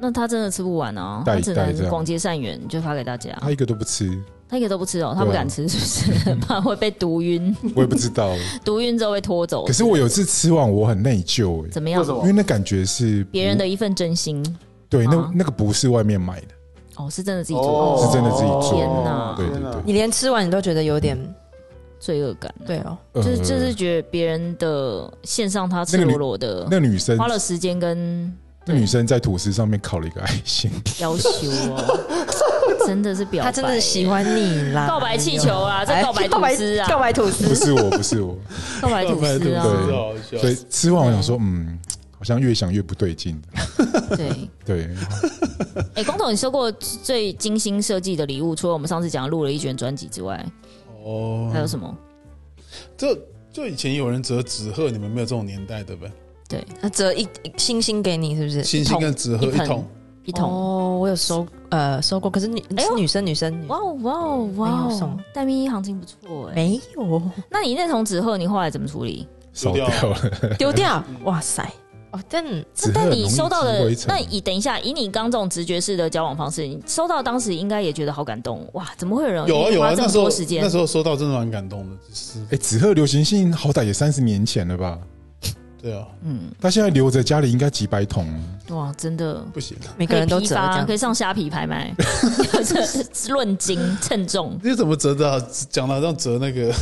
那他真的吃不完啊，
带
他
一
只
带这
能
样啊
广结善缘，就发给大家。
他一个都不吃，
他一个都不吃哦，他不敢吃，是不
啊
是？ 怕会被毒晕，
我也不知 道。
毒晕之后被拖走
可。是我有次吃完，我很内疚，哎，
怎么样？
因为那感觉是
别人的一份真心
对，
啊
那那个不是外面买的，
哦，是真的自己做
是
的，
真的自己做
天哪
对对对
你连吃完你都觉得有点
罪恶感，
对哦，
呃
就是就是觉得别人的献上他赤
那个女
裸裸的，
那女生
花了时间跟
那女生在吐司上面烤了一个爱心，
要求 哦，真的是表白耶，
他真的喜欢你啦。
告白气球啊，这
哎
告白吐司啊，
告白吐
不
司，
是我，不是我，
告白吐司
告白
啊
吐，
好笑
所以吃完我想说，嗯，好像越想越不对劲，
对。
对，
哎，光头，你收过最精心设计的礼物，除了我们上次讲录了一卷专辑之外，还有
哦，
什么？
这就以前有人折纸鹤，你们没有这种年代对不对？
对，
那折一一星星给你是不是？
星星跟纸鹤
一
一
盆
桶，
一桶。
哦，我有收呃收过，可是女
哎
是
呦
女生女生女
哇哦哇哦哇
没有送
哦！戴咪行情不错哎。
没 有
那你那桶纸鹤，你后来怎么处理？
烧掉了，
丢掉，哇塞！哦，但
纸
那
鹤
你收到的
容易积灰，尘
那以等一下，以你刚这种直觉式的交往方式，你收到当时应该也觉得好感动哇！怎么会有人
有啊有啊
花，这
那
么
时候
多时间
那？时候收到真的蛮感动的，就是
哎，纸鹤流行性好歹也三十年前了吧？
对啊，
嗯，
他现在留着家里应该几百桶，
哇，真的
不行，
每个人都折
可以
这
批发
样
可，以上虾皮拍卖，这论斤称重。
你怎么折的、啊？讲的好像折那个
折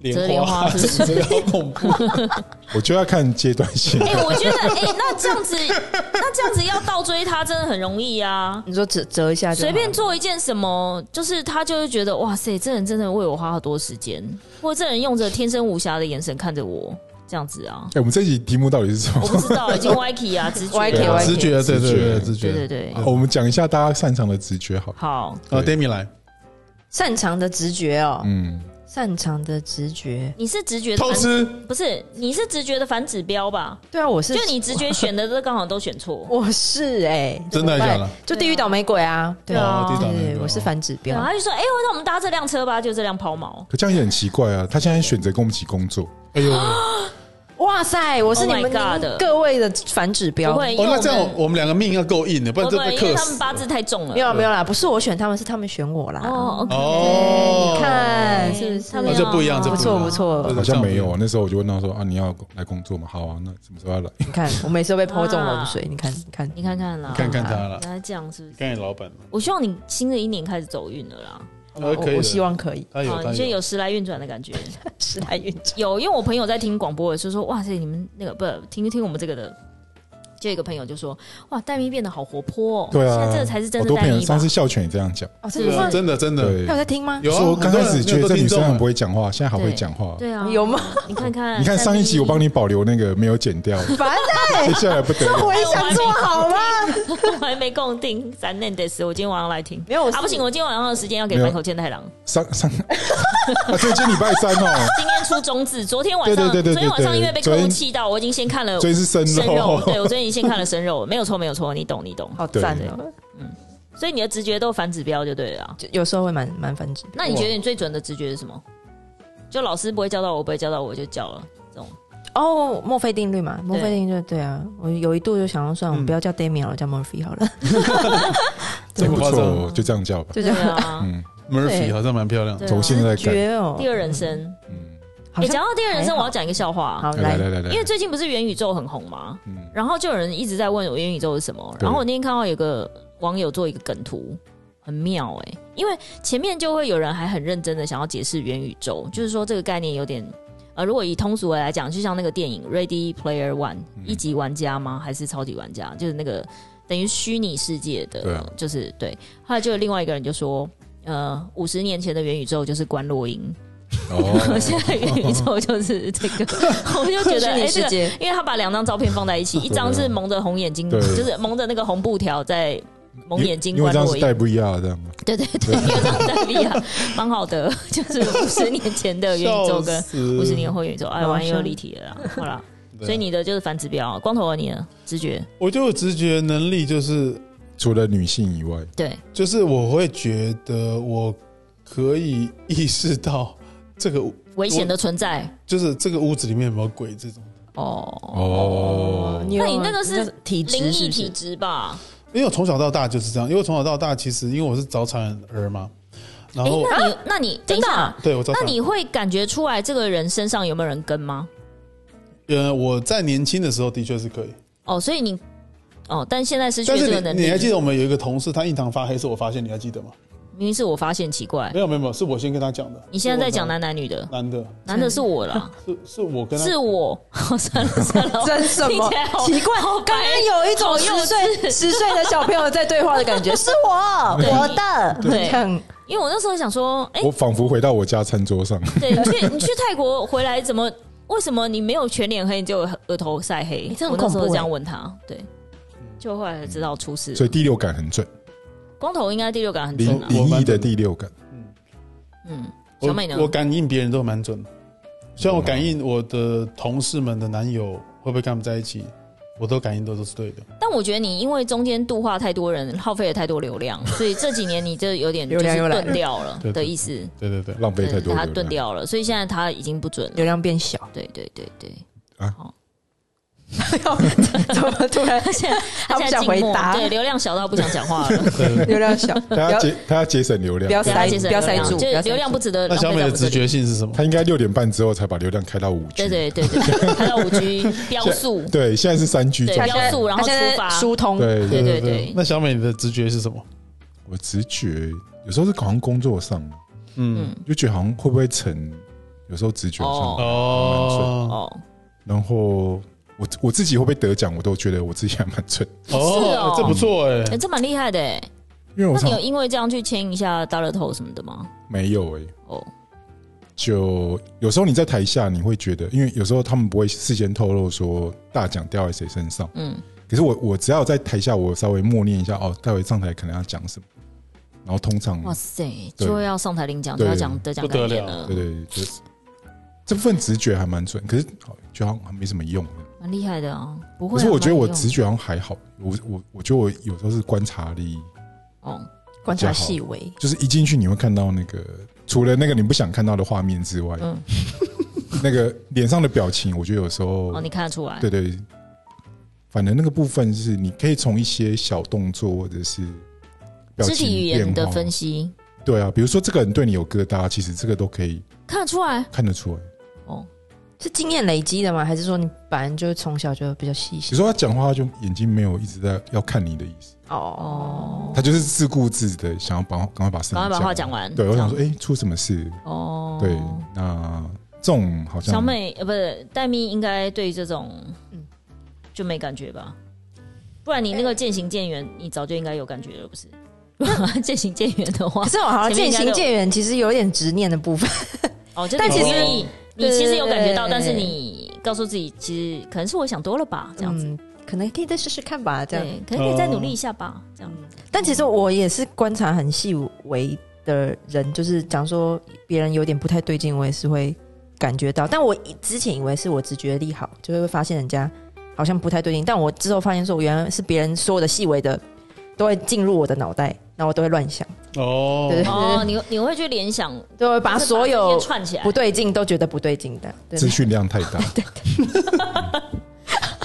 莲
莲
花
花，是不是
折的好恐怖。
我就要看阶段性
哎、。我觉得，哎、那这样子，那这样子要倒追他真的很容易啊。
你说折折一下就好
随便做一件什么，就是他就会觉得哇塞，这人真的为我花好多时间，或者这人用着天生无瑕的眼神看着我，这样子啊，
哎，我们这集题目到底是什
我不
么？
知道，已经歪 key 啊，直觉啊
歪 key，
对啊
歪 key
直觉，对对对，直
对对
觉。
对，
我们讲一下大家擅长的直觉好了。
好，
啊 d a m i 来，
擅长的直觉哦，
嗯，
擅长的直觉。
你是直觉的
偷
反
吃，
不是，你是直觉的反指标吧？
对啊，我是
就你直觉选的都刚好都选错，
我是哎，
真的
怎么
假
办
的？
就地狱倒霉鬼啊，对
啊
啊，
哦，地
对
道
对
那
对，
个
我是反指
然
标
后。他就说，哎、那我们搭这辆车吧，就这辆抛锚。
可这样也很奇怪啊。他现在选择跟我们一起工作，
哎呦，
哇塞，我是你
Oh my
们
God
您各位的反指标。
不会，因
哦，
为
那这
我
样
们
我们两个命要够硬的，不然
我
就被
们因为
克
他们
死。
八字太重了
没。有啊没有啦，不是我选他们，是他们选我啦。
哦，OK，
哦，
你看是不是？
他
那
们
就不一样，这
不
一样
错不，错，
好像没有。啊那时候我就问他说啊，你要来工作吗？好啊，那什么时候要来？
你看我每次都被泼中冷水，你看你看，
你看看啦，
看看他了
原，来这样是不是？
看看你老板了，
我希望你新的一年开始走运了啦，
呃，可以
哦我
的，
我希望可以
他有
啊，
他
你现在有时来运转的感觉。
时来运转。
有，因为我朋友在听广播的时候说，哇塞，你们那个不听听我们这个的，就有一个朋友就说，哇，黛咪变得好活泼哦，
对啊，
现在这个才是真
好
的
多
黛
朋友
咪吧
上次孝犬也这样讲，
哦，真
对
的
啊，
吗？
真的真的
对
他有在听吗？
有啊。
说刚开始觉得这女生很不
会，
会讲话，现在好会讲话。
对啊，
有吗？
你看看，
你看上一集我帮
你，
你保留那个没有剪掉，
烦
接下来不得了。
回想做好吗？
我还没空听咱那的事，我今天晚上来听。
没有，我是
啊，不行，我今天晚上的时间要给
没有
坂口健太郎。
上上 啊，对，今天礼拜三 哦，
今天出中字，昨天晚上，
对对对对对
昨天晚上因为被客
昨
户
天
气到，我已经先看了
所以是生哦
生哦肉，
肉。
对我昨天已经先看了生肉，没有错，没有错，你懂，你懂。
好赞哦！
所以你的直觉都反指标就对了啊。
就有时候会蛮蛮反指，
那你觉得你最准的直觉是什么？就老师不会教到我，不会教到我就教了。这种
哦，墨菲定律嘛，墨菲定律对啊，我有一度就想要
嗯
算，我们不要叫 Damian 了，叫 Murphy 好了，
这不
夸
错
张
哦，就这样叫吧。
就这
对
样。
啊，
嗯，
Murphy 好像蛮漂亮的，
对啊
从现在改，
绝哦，
第二人生。
嗯，
好
你
像
讲到第二人
还
生，
好
我要讲一个笑话啊
好。
来
来
来来来，
因为最近不是元宇宙很红吗？
嗯
然后就有人一直在问我元宇宙是什么。
对
然后我那天看到有个网友做一个梗图，很妙哎、因为前面就会有人还很认真的想要解释元宇宙，就是说这个概念有点呃，如果以通俗的来讲，就像那个电影《Ready Player One》一
嗯
级玩家吗？还是超级玩家？就是那个等于虚拟世界的，
对啊
就是对。后来就有另外一个人就说。呃，五十年前的元宇宙就是关洛英，
哦，
现在元宇宙就是这 个，我就觉得
虚
哎、
拟
这
世
个
界，
因为他把两张照片放在一起，一张是蒙着红眼睛，
对
就是蒙着那个红布条在蒙眼睛
因为
关
这样
洛
是
英，
戴不一样这样。
对对对，因为这样戴利亚蛮好的，就是五十年前的元宇宙跟五
五
十年后元宇宙，哎，
好
完又
像
离题了啦，好啦，
对啊
所以你的就是反指标，光头啊，你的直觉，
我就有直觉能力就是
除了女性以外，
对，
就是我会觉得我可以意识到这个
危险的存在
就是这个屋子里面有没有鬼这种，
哦，
哦，
有
那你那个是
体
灵
质是
异
不
体
是？
质吧？
因为我从小到大就是这样，因为我从小到大其实因为我是早产儿嘛，然
哎，
后
那你那你等一
真的
下
啊，
对我早
那
产，
你会感觉出来这个人身上有没有人跟吗？
呃我在年轻的时候的确是可以，
哦，所以你哦，但现在失去
但
了这
是
个能
你
力
你还，记得我们有一个同事他印堂发黑是我发现，你还记得吗？
明明是我发现奇怪
没。有没有没有，是我先跟他讲的。
你现在在讲男男女的，
男的，
男的是我啦，
是是我
啊
跟他
是我， 算了算了，
真什
听
么
起来好
奇怪？
好
刚
白
刚有一种
好
十
幼
岁十岁的小朋友在对话的感觉，是 我
对
我的，
对
这样
因为我那时候想说，哎、
我仿佛回到我家餐桌上。
对，你去你去泰国回来怎么？为什么你没有全脸黑，你就额头晒黑？
哎这很
我那时候
恐怖嗯
这样问他，对，就后来才知道出事
所以
了。
第六感很准，
光头应该第六感很
灵
准啊，
灵异的第六感。
嗯，小美呢
我我？感应别人都蛮准的，虽然我感应我的同事们的男友会不会跟他们在一起，我都感应都都是对的。
但我觉得你因为中间度化太多人，耗费了太多流 量，所以这几年你就有点就
流量
是
又来了
钝掉了
对对
的意思，
对对对，
浪费太多
他
流量。
钝掉了，所以现在他已经不准了。
流量变小，
对对对 对，
怎么突然
他现在
他不
现在
想
静
回
默
答？
对，流量小到不想讲话了。
流量小，不
他
要
要节他要节省流
不要
量，
对他
塞
节省
不要塞
流量
住，
就
不要塞
流量
住
不值得
那
浪
小
费在我
美的
们这
直
里。
觉性是什么？
他应该六点半之后才把流量开到五 G。
对对对 对，还有五 G 标速，
对，现在是三 G
对
状
他
态
现在
标速然后
他现在
出发
疏通，
对
对对对
嗯那小美你的直觉是什么？
我直觉有时候是好像工作上，
嗯
嗯，
就觉得好像会不会成，有时候直觉上。
哦
哦
哦，
然后我我自己会不会得奖，我都觉得我自己还蛮准，
是哦
这不错哎
哎，，这蛮厉害的哎。
因为我
那
常
你有因为这样去签一下大乐透什么的吗？
没有哎、
哦，
就有时候你在台下你会觉得，因为有时候他们不会事先透露说大奖掉在谁身上，
嗯，
可是我我只要在台下我稍微默念一下哦，待会上台可能要讲什么，然后通常
哇塞，就要上台领奖，就
对
要讲得奖感言了
对，对对，就这份直觉还蛮准，可是好就好像没什么用的。
蛮厉害的啊。不会
可
啊，
是我觉得我
蛮有用
直觉好像还好，我我我觉得我有时候是观察力，
哦，
观察细微，
就是一进去你会看到那个除了那个你不想看到的画面之外，
嗯
那个脸上的表情，我觉得有时
哦，
候
你看得出来，
对对，反正那个部分是你可以从一些小动作或者是表
肢
情
体语言的
变化
分析
对啊，比如说这个人对你有疙瘩，其实这个都可以
看得出来
看得出来。
哦。
是经验累积的吗？还是说你本来就从小就比较细
比如
心？
说他讲话，他就眼睛没有一直在要看你的意思，
哦，
他就是自顾自的想要把赶快把事情
赶快把话
讲
讲
完。
完。
对，我想说，
这样
哎、出什么事？
哦，
对，那这种好像
小美呃，不是黛咪，应该对于这种
嗯
就没感觉吧？不然你那个渐行渐远，你早就应该有感觉了， 不是？渐行渐远的话
可，是我好像
前面
渐
应该
行
就
渐远，其实有点执念的部分。
哦，就是
但
你
其
因
实
为你你
对
其实有感觉到，
对
但是你告诉自己，其实可能是我想多了吧，这样子。
嗯，可能可以再试试看吧，这样。嗯
对，可能可以再努力一下吧，这样。
但其实我也是观察很细微的人，就是讲说别人有点不太对劲，我也是会感觉到。但我以之前以为是我直觉力好，就是会发现人家好像不太对劲，但我之后发现说，我原来是别人所有的细微的都会进入我的脑袋，然后我都会乱想，
嗯
哦，
对
哦，你你会去联想，
都会嗯把
就是
所
这
有
些串起来
不对劲都觉得不对劲的。对
资讯量太大，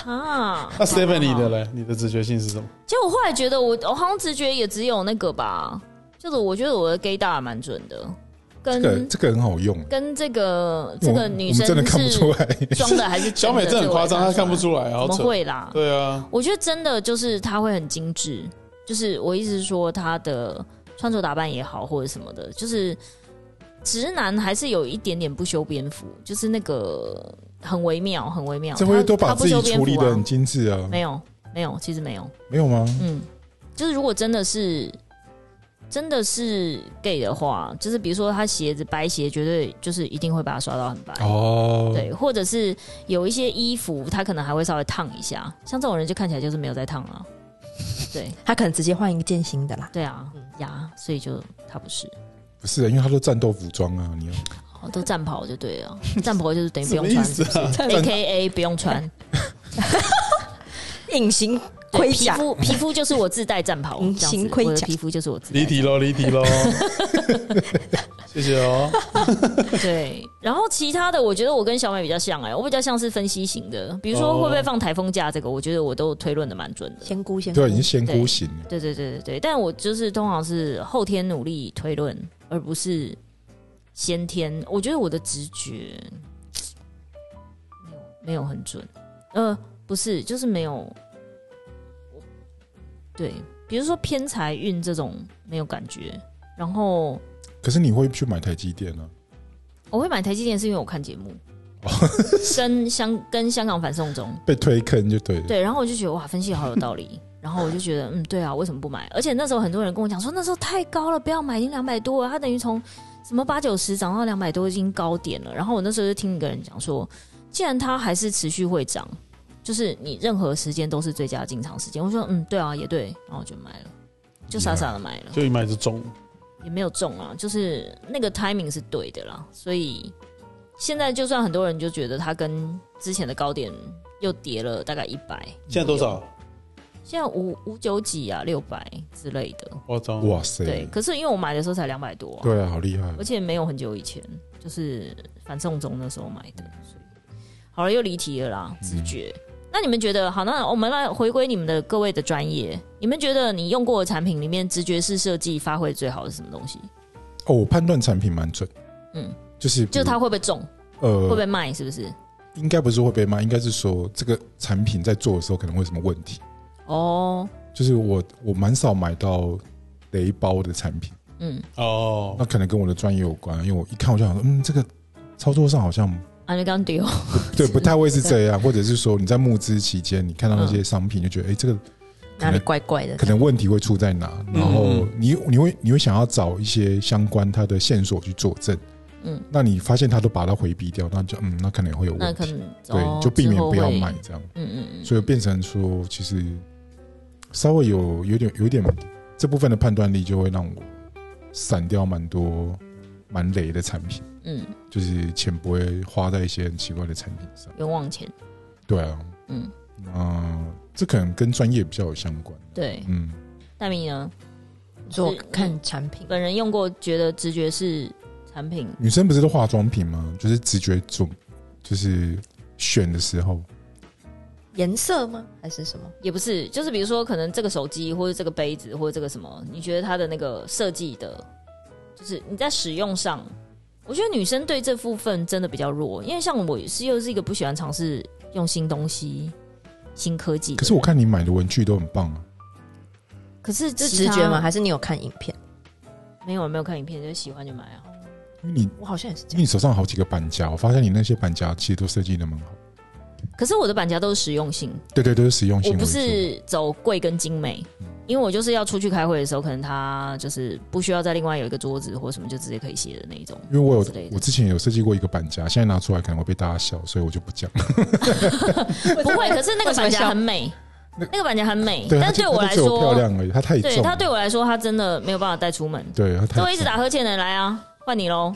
啊。
那 Steven 你
好
的嘞？你的直觉性是什么？
结果我后来觉得我，我好像直觉也只有那个吧，就是我觉得我的 gay 大蛮准的，
这
跟、
个这个很好用，
跟这个嗯这
我
个
们
女
我们
生
真的看不出
是
来。
装的还是
小美
真
真的很夸张，她看不
来，
出来，好
怎么
扯。
啊会啦？
对啊，
我觉得真的就是她会很精致，就是我一直说她的穿着打扮也好或者什么的，就是直男还是有一点点不修边幅，就是那个很微妙，很微妙。
这会
他
都把
他不
自己
修边
处理
幅
的
啊
很，精致啊，
没有没有，其实没有。
没有吗？
嗯，就是如果真的是真的是 gay 的话，就是比如说他鞋子白鞋，绝对就是一定会把它刷到很白。
哦，
对，或者是有一些衣服，他可能还会稍微烫一下，像这种人就看起来就是没有在烫 了。对
他可能直接换一件新的啦。
对啊，呀，所以就他不是，
不是啊，因为他都战斗服装啊，你要
哦，都战袍就对了， 战袍就是等于不
什么
用
意
穿
思啊？
，A K A 不用穿，
隐形
对
盔
皮
甲，
肤皮肤就是我自带战袍，
隐
这样
形
子
盔
我的
甲
皮肤就是我自带
离题喽，离 题喽。谢谢哦。
对，然后其他的，我觉得我跟小美比较像哎、我比较像是分析型的，比如说
哦
会不会放台风假这个，我觉得我都推论的蛮准的。
仙姑仙姑
对，已经啊仙姑型了。
对对对对对，但我就是通常是后天努力推论，而不是先天。我觉得我的直觉没有没有很准，呃，不是，就是没有。对，比如说偏财运这种没有感觉，然后
可是你会去买台积电啊？
我会买台积电是因为我看节目，跟香跟香港反送中
被推坑就对了。
对，然后我就觉得哇，分析好有道理，然后我就觉得嗯，对啊，为什么不买？而且那时候很多人跟我讲说，那时候太高了，不要买，已经两百多了，它等于从什么八九十涨到两百多，已经高点了。然后我那时候就听一个人讲说，既然它还是持续会涨，就是你任何时间都是最佳进场时间。我说嗯，对啊，也对，然后我就买了，就傻傻的买了。
就一买就中，
也没有中啊，就是那个 timing 是对的啦，所以现在就算很多人就觉得它跟之前的高点又跌了大概一百，
现在多少？
现在五五九几啊，六百之类的，
我中
哇塞，
对。可是因为我买的时候才两百多、啊，
对啊，好厉害！
而且没有很久以前，就是反送中那时候买的，所以好了，又离题了
嗯
啦，直觉。那你们觉得好？那我们来回归你们的各位的专业，你们觉得你用过的产品里面，直觉式设计发挥最好的是什么东西？
哦，我判断产品蛮准，
嗯
嗯，就是比
就
如
是它会不会中，会不
呃，
会卖，是不是？
应该不是会被骂，应该是说这个产品在做的时候可能会有什么问题。
哦，
就是我我蛮少买到雷包的产品，
嗯，
哦
那，可能跟我的专业有关，因为我一看我就想说，嗯，这个操作上好 像
啊，你刚丢，
对不太会是这样，或者是说你在募资期间，你看到那
嗯
些商品就觉得，哎、这个
哪里怪怪的
可？能问题会出在哪，
嗯
然后你你会你会想要找一些相关它的线索去佐证，
嗯
嗯，那你发现它都把它回避掉，那就嗯，那可能会有
那
问
可
题，
能哦
对，就避免
之后
不要
会
买这样，
嗯嗯嗯，
所以变成说其实稍微有有点有点这部分的判断力就会让我散掉蛮多蛮雷的产品，
嗯
就是钱不会花在一些很奇怪的产品上，
冤枉钱，
对啊，
嗯，
嗯，这可能跟专业比较有相关，
对。
嗯，
大明呢，
做
是
看产品，
本人用过，觉得直觉是产品
女生不是都化妆品吗？就是直觉准就是选的时候，
颜色吗？还是什么？
也不是，就是比如说，可能这个手机或者这个杯子或者这个什么，你觉得它的那个设计的，就是你在使用上，我觉得女生对这部分真的比较弱，因为像我是又是一个不喜欢尝试用新东西、新科技的人。
可是我看你买的文具都很棒啊，
可是
这是
其
直
他
觉吗？还是你有看影片？
没有没有看影片，就喜欢就买啊。
因为你
我好像也是这
因
样
为。你手上有好几个板夹，我发现你那些板夹其实都设计的蛮好，
可是我的板夹都是实用性，
对对，都是嗯实用性
我
为
不
主。
是走贵跟精美，因为我就是要出去开会的时候，可能它就是不需要再另外有一个桌子或什么，就直接可以写的那一 种。
因为我
之类
有
的
我之前有设计过一个板夹，现在拿出来可能会被大家笑，所以我就不讲。
不会，可是那个板夹很美，
那
那个板夹很美，
对，
但
它就
对我
它就
来
只有漂
说，
亮而已，它太重
对
了，
它对我来说，它真的没有办法带 出门。
对它太
这
重
位一直打呵欠的人来啊，换你喽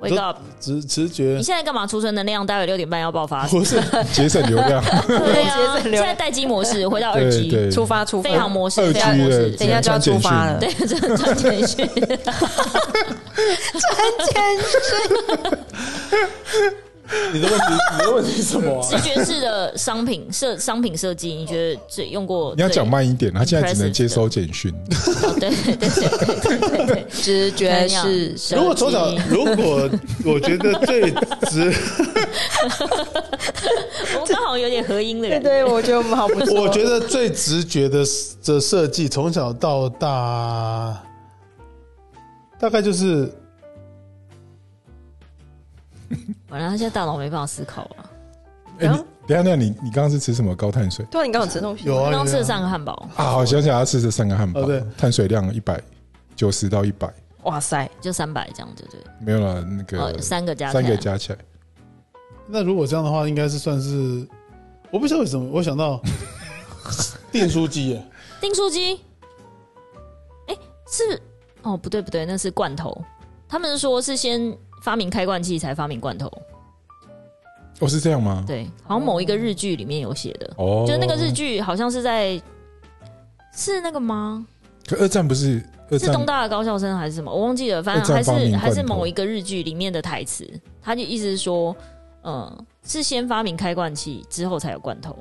，Wake up！
直直觉
你现在干嘛？储存能量，待会六点半要爆 发。
不是
节省流量，
对啊，
节省流量
现在待机模式，回到二
对
G
对，
出发出发
飞，行模式，
二
飞行
G
模
的，
式
只，
等一下
能
就
传
要出
简
发
讯
了。
对，这这简讯。
你的问题，你的问题是什么啊、
直觉式的商品设商品设计，你觉得最用过？
你要讲
吗？
慢一点，他现在只能
impressive
接收简讯。
哦对对对对对对
直觉是
对，
如果从小
手机，
如果我觉得最直，
我们刚好有点合音的
对
人，
对，我觉得我们好 不错。
我觉得最直觉的的设计，从小到大，大概就是
完了，他现在大脑没办法思考了。
哎，你等一下，那你你刚刚是吃什么高碳水
对啊，你刚好吃东西吗
有啊，
刚刚吃
有
了
啊
三个汉堡，
啊？我想起来，他吃的三个汉堡
哦对，
碳水量一百九十到一百，
哇塞，
就三百这样，对不对？
没有了那个
哦，三个加起来
三个加起来，
那如果这样的话，应该是算是，我不知道为什么，我想到订书机耶，
订书机，哎，是哦，不对不对，那是罐头。他们说是先发明开罐器，才发明罐头。
哦，是这样吗？
对，好像某一个日剧里面有写的，
哦，
就是那个日剧好像是在是那个吗？
可二战不是二
是
战
东大的高校生还是什么？我忘记了，反
二
正
战
还
发明
是
罐头
还是某一个日剧里面的台词，他就意思是说，嗯，是先发明开罐器，之后才有罐头，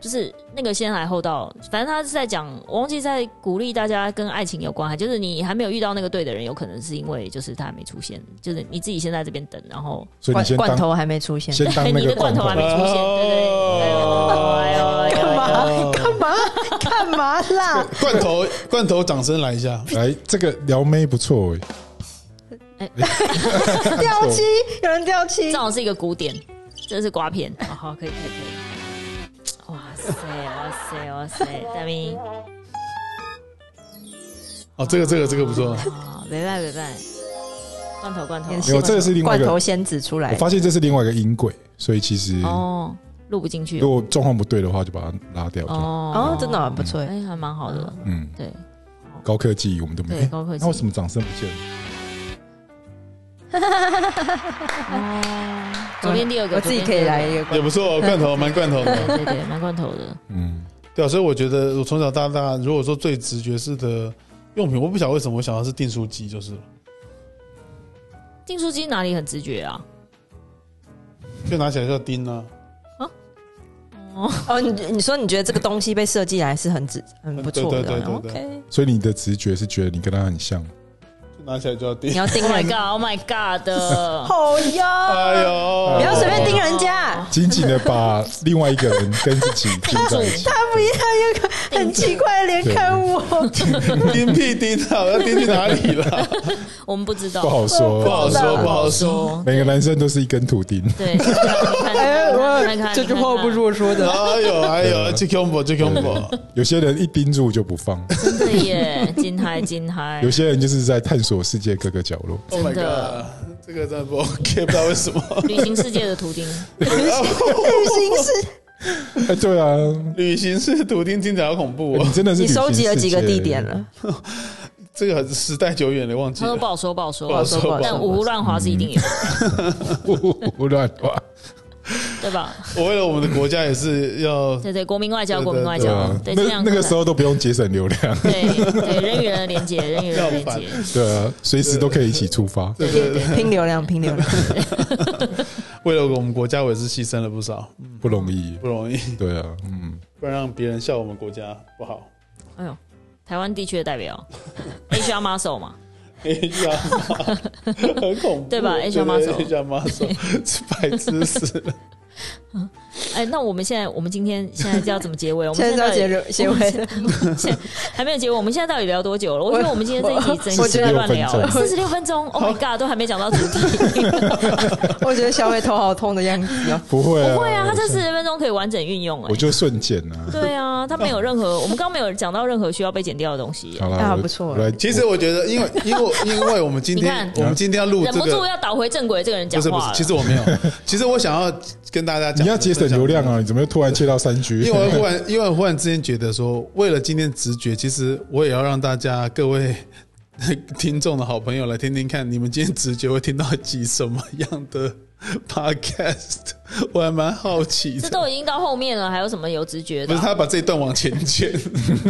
就是那个先来后到。反正他是在讲，我忘记在鼓励大家跟爱情有关，就是你还没有遇到那个对的人，有可能是因为就是他还没出现，就是你自己先在这边等，然后
所以你
罐
先
罐
当
头还没出现，
先当那
你
个
的
罐
罐头
头
还没出现，对对对。哎呦哎呦哎呦
干
哎呦
嘛干 嘛干嘛啦？
罐头罐头，掌声来一下。
来，这个撩妹不错欸哎
哎，
掉漆，有人掉漆
这，种是一个古典，这是瓜片。哦、好，可以，可以，可以。哇塞，哇塞，哇塞，大明
哦，这个这个这个不错，
啊，没办没办，罐头罐头
没
没有这个是另外一个
罐头仙子出
我
来，
发现这是另外一个音轨，所以其实
哦，录不进去
如果状况不对的话，就把它拉掉就好。
哦
哦，真的蛮不错
哎、。还蛮好的，
嗯，
对
高科技我们都没
对，
有。
高科技。
那为什么掌声不见了？
哦，左边第二个，
我自己可以来一个
也
罐
不错，罐头蛮罐头
左
的
边第。二个。对对对，蛮罐头的。
嗯，
对啊，所以我觉得我从小到大，如果说最直觉式的用品，我不晓得为什么我想到是订书机，就是了
订书机哪里很直觉啊？
就拿起来就要钉啊，
哦，你你说你觉得这个东西被设计来是很值很不错的哦
对对对对对
OK，
所以你的直觉是觉得你跟他很像，
就拿起来就要钉
你。要盯
Oh my
人
god！Oh my god！
好哟，
哎呦，
不要随便盯人
哦
家，
紧紧的把另外一个人跟自己拼在一 起。
很奇怪的
对
脸看我，
钉屁钉啊，我要钉去哪里了？
我们不知道，
不好说，
不好说，不好说。
说。
每个男生都是一根土钉。
对，你看，
哎，
你
我
看，
这句话不是
说。
我 说的，
哎呦哎呦，这 combo 这 combo，
有些人一盯住就不放，
真的耶，金嗨金嗨
有！些人就是在探索世界各个角落。
Oh my
真的
god，这个真的不 OK，不知道为什么。
旅行世界的图钉，
旅行是
哎，对啊，
旅行是土钉，听起来好恐 怖
你
哦。
真的是
你
旅行
收集了几个
世界
地点？了？
这个时代久远了，忘记
他说不
了。
好说，不好说，
不好说不好说
但五胡乱华是一定有，
胡乱话，
对吧？
我为了我们的国家也是要
对对，国民外交，
对对
国民外
对
交
啊，，
对，这
那
样
那个时
候，
候都不用节省流 量，
对对，人与人的连接，人与人的连
要反
接，
对啊，随时都可以一起出发。
对对对，
拼流量，拼流量，
为了我们国家，我也是牺牲了不少，
不容易。
不 容易，
对啊，嗯，
不然让别人笑我们国家不 好。
哎呦，台湾地区的代表 HR Muscle 嘛，
H R 很恐怖，
对吧？Asia muscle
H R muscle 是白痴死了。
哎，那我们现在，我们今天现在就要怎么结尾？我们
现在
到
要
底
结论结尾了，
还没有结尾，我们现在到底聊多久了？我觉得我们今天这一集真
我
是
觉得
乱聊，
46
四十六分钟，Oh my god，都还没讲到主题。
我觉得小伟头好痛的样子 哦。
不会啊，
不会啊，他这四十分钟可以完整运用哎
我。就瞬间啊。
对啊，他没有任何，我们刚刚没有讲到任何需要被剪掉的东西。
好
那
啦，
还
我
啊不错
我来，
其实我觉得，因为因为因为我们今
你
天
看
我们今天要录
忍
这
不住
个，
要倒回正轨，这个人
不
讲
是不是
话，了。
其实我没有， 其实我想要跟大家讲，
你要节省流量啊！你怎么又突然切到三 G？
因为 我忽然，因为我忽然之间觉得说，为了今天直觉，其实我也要让大家各位听众的好朋友来听听看，你们今天直觉会听到一集什么样的 podcast，我还蛮好奇
这
的。
都已经到后面了，还有什么有直觉
不
的
是
啊？
他把这一段往前卷，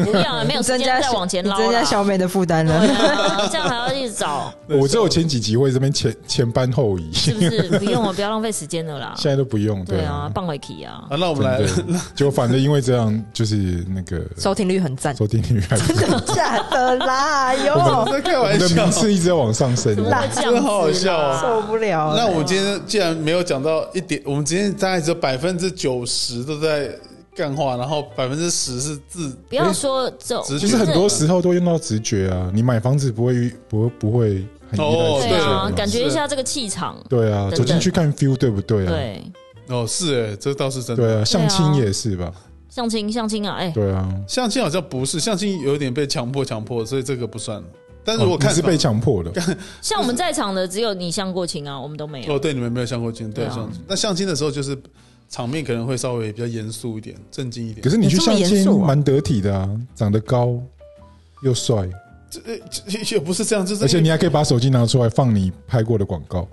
不要了，没有时
增加
间再往前
你
捞
增加
了。
小美的负担
对
了。
啊，这样还要一直找，
我只有前几集会这边前前班后移，
是
现
不是？不用了，啊不要浪费时间了啦。
在都不用。
对啊
啊，，
棒回去啊。
好，那我们 来，
真的，就反正因为这样，就是那个
收听率很赞，
收听率还不错，
假的啦，哎
我
哟，
们在开
我
玩
们的
笑
名，次一直在往上 升。
怎么会这样
真的啊好好
子
笑
啦
啊
受不了
那
了。
我们今天既然没有讲到一点，我们今天大概只有百分之九十都在干话，然后百分之十是自
不要说这种，
直觉
其实很多时候都用到直觉啊，你买房子不会不不会很依赖
哦
直
对
觉
啊
吗，
感觉一下这个气场，
对啊，
等等
走进去看 feel 对不对啊？
对，
哦，是诶，这倒是真的。
对啊，相亲也是吧？
相亲相亲啊，哎，
对啊，
相亲好像不是，相亲有点被强迫强迫，所以这个不算了。但是我
哦
看
你是被强迫的，
像我们在场的只有你相过亲啊，我们都没有。
哦，对，你们没有相过亲，对
对啊
相亲。那相亲的时候就是场面可能会稍微比较严肃一点、正经一点
可。是你去相
有这么严
亲
肃啊
蛮得体的啊，长得高又帅，
这呃这 也不是这样，就是
而且你还可以把手机拿出来放你拍过的广告。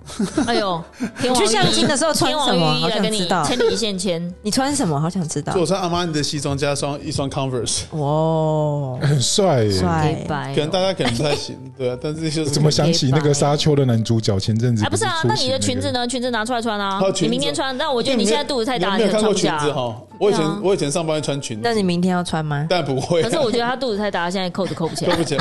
哎 呦，天王
去相亲的时候穿
天王
什么
御医
好
来
想
跟你
知道
千里线牵，
你穿什么？好想知道
就。我穿阿玛尼的西装加双一双 Converse，
哦，
很帅耶、
帅
给白哦
哎可能大家可能不太行，对啊。但是就
我
是
怎么想起那个沙丘的男主角前阵子
哎，不是啊，那你的
出
裙
行
子
个？
呢？裙子拿出来穿啊
还有，裙子
你明天穿。那我觉得你现在肚子太大，
你有
你
没有
可
看过
能穿不
裙
下
子。哈？我以
对啊
前我以前上班会穿裙
那
子，
你明天要穿吗？
但不会啊
可，是我觉得他肚子太大，现在扣子扣不起
对
来
不。起，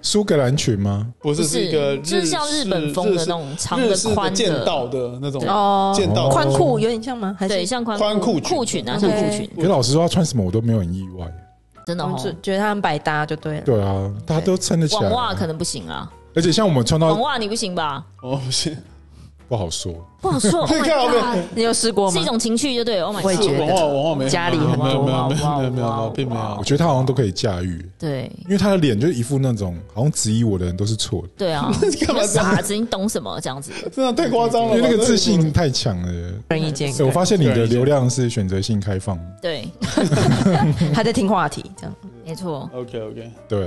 苏格兰裙吗？
不
不
是是一个
就是像日
日
本风的那
式
种长
日
的
式
宽
剑
的，
道的那种
哦，
剑道
宽裤有点像吗？还是嗯
对，像宽
宽裤裙
裤裙啊，像
OK 嗯
裤裙，
可老实说，他穿什么我都没有很意外。
真的
我们
哦
就。觉得它很百搭就对了。
对啊，大家都撑得起来
网
啊。
袜可能不行啊，
而且像我们穿
网
到
袜你不行吧？
哦，不是，
不好说，
不好说，
可以看到
Oh
没
my
有
God？
你有试过
是
吗
一？种情趣就对了，Oh my
哦我也
god，
觉得
文化文化没有
家里
没有
很多
没有没有没
哇
有没有没
哇
有，并没
哇
有
我。觉得他好像都可以驾驭，
对
因为他的脸就是一副那种好像质疑我的人都是错的，
对啊，你
干嘛
们
这样
傻子，你懂什么这样子？
真的太夸张了吧，
因为那个自信太强了。
人意见，
欸我发现你的流量是选择性开放，
对，
还在听话题这样。
没错。
OK OK，
对啊，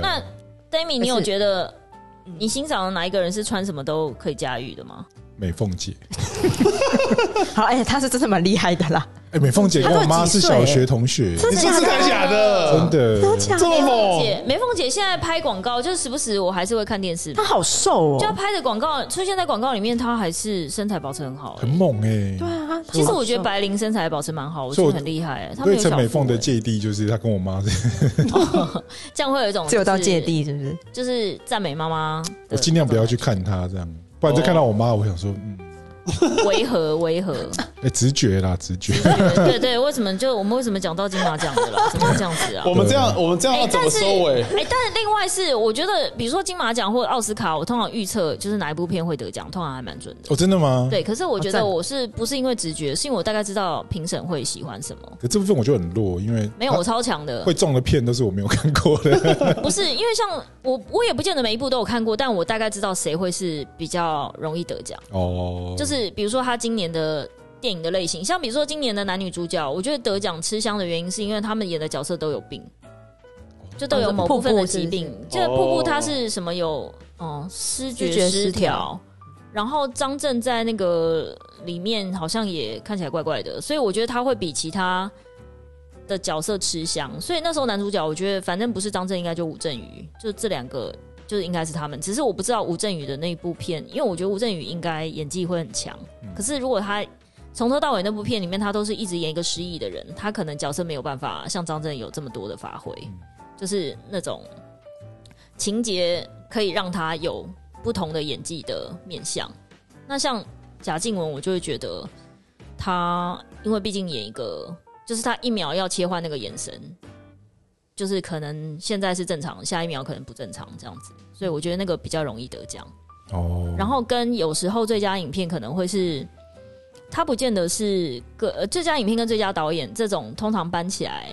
那 Demi，你有
而且
觉得你欣赏的哪一个人是穿什么都可以驾驭的吗？
美凤姐，
好，哎，他是真的蛮厉害的啦，
哎，美凤姐跟我妈是小
欸
学同学，
真
你
的
是不是
假
太假的？
啊
真的。
哦
这么
姐
猛，
梅凤姐现在拍广告，就是时不时我还是会看电视，
他好瘦哦，
就她拍的广告出现在广告里面，她还是身材保持很好欸
很。猛哎、
对啊，他
其实我觉得
好瘦
白灵身材保持蛮好，我
所
觉
以我
得很厉害。她没
对
有小
陈美
腹
凤的
欸
芥蒂就是她跟我妈是，。
这样会有一种
只有到
就是
芥，蒂是不是？
就是赞美妈妈
我尽量不要去看她这样，不然再看到我妈，我想说，嗯，
违和违和，
哎、直觉啦，直觉，
对对，为什么就我们为什么讲到金马奖的 了？怎么会这样子啊？
我们这样我们这样要怎么收尾？
哎、但是另外是，我觉得比如说金马奖或奥斯卡，我通常预测就是哪一部片会得奖，通常还蛮准的。
哦，真的吗？。
对，可是我觉
好
得
赞
我是不是因为直觉，是因为我大概知道评审会喜欢什么。
可这部分我就很弱，因为
没有，
她
我超强的
会，中的片都是我没有看过 的。
不是因为像我，我也不见得每一部都有看过，但我大概知道谁会是比较容易得奖。
哦，
就是比如说他今年的电影的类型，像比如说今年的男女主角，我觉得得奖吃香的原因是因为他们演的角色都有病，就都有某部分的疾病。
哦瀑布是不哦是
这个瀑布它是什么有嗯失
视
觉
觉
失
失
调
调，
然后张震在那个里面好像也看起来怪怪的，所以我觉得他会比其他。的角色吃香，所以那时候男主角我觉得反正不是张震，应该就吴镇宇，就这两个就是应该是他们。只是我不知道吴镇宇的那一部片，因为我觉得吴镇宇应该演技会很强。可是如果他从头到尾那部片里面，他都是一直演一个失忆的人，他可能角色没有办法像张震有这么多的发挥，就是那种情节可以让他有不同的演技的面向。那像贾静雯，我就会觉得他，因为毕竟演一个，就是他一秒要切换那个眼神，就是可能现在是正常，下一秒可能不正常这样子，所以我觉得那个比较容易得奖。
哦，
然后跟有时候最佳影片可能会是，它不见得是个、呃、最佳影片跟最佳导演这种，通常搬起来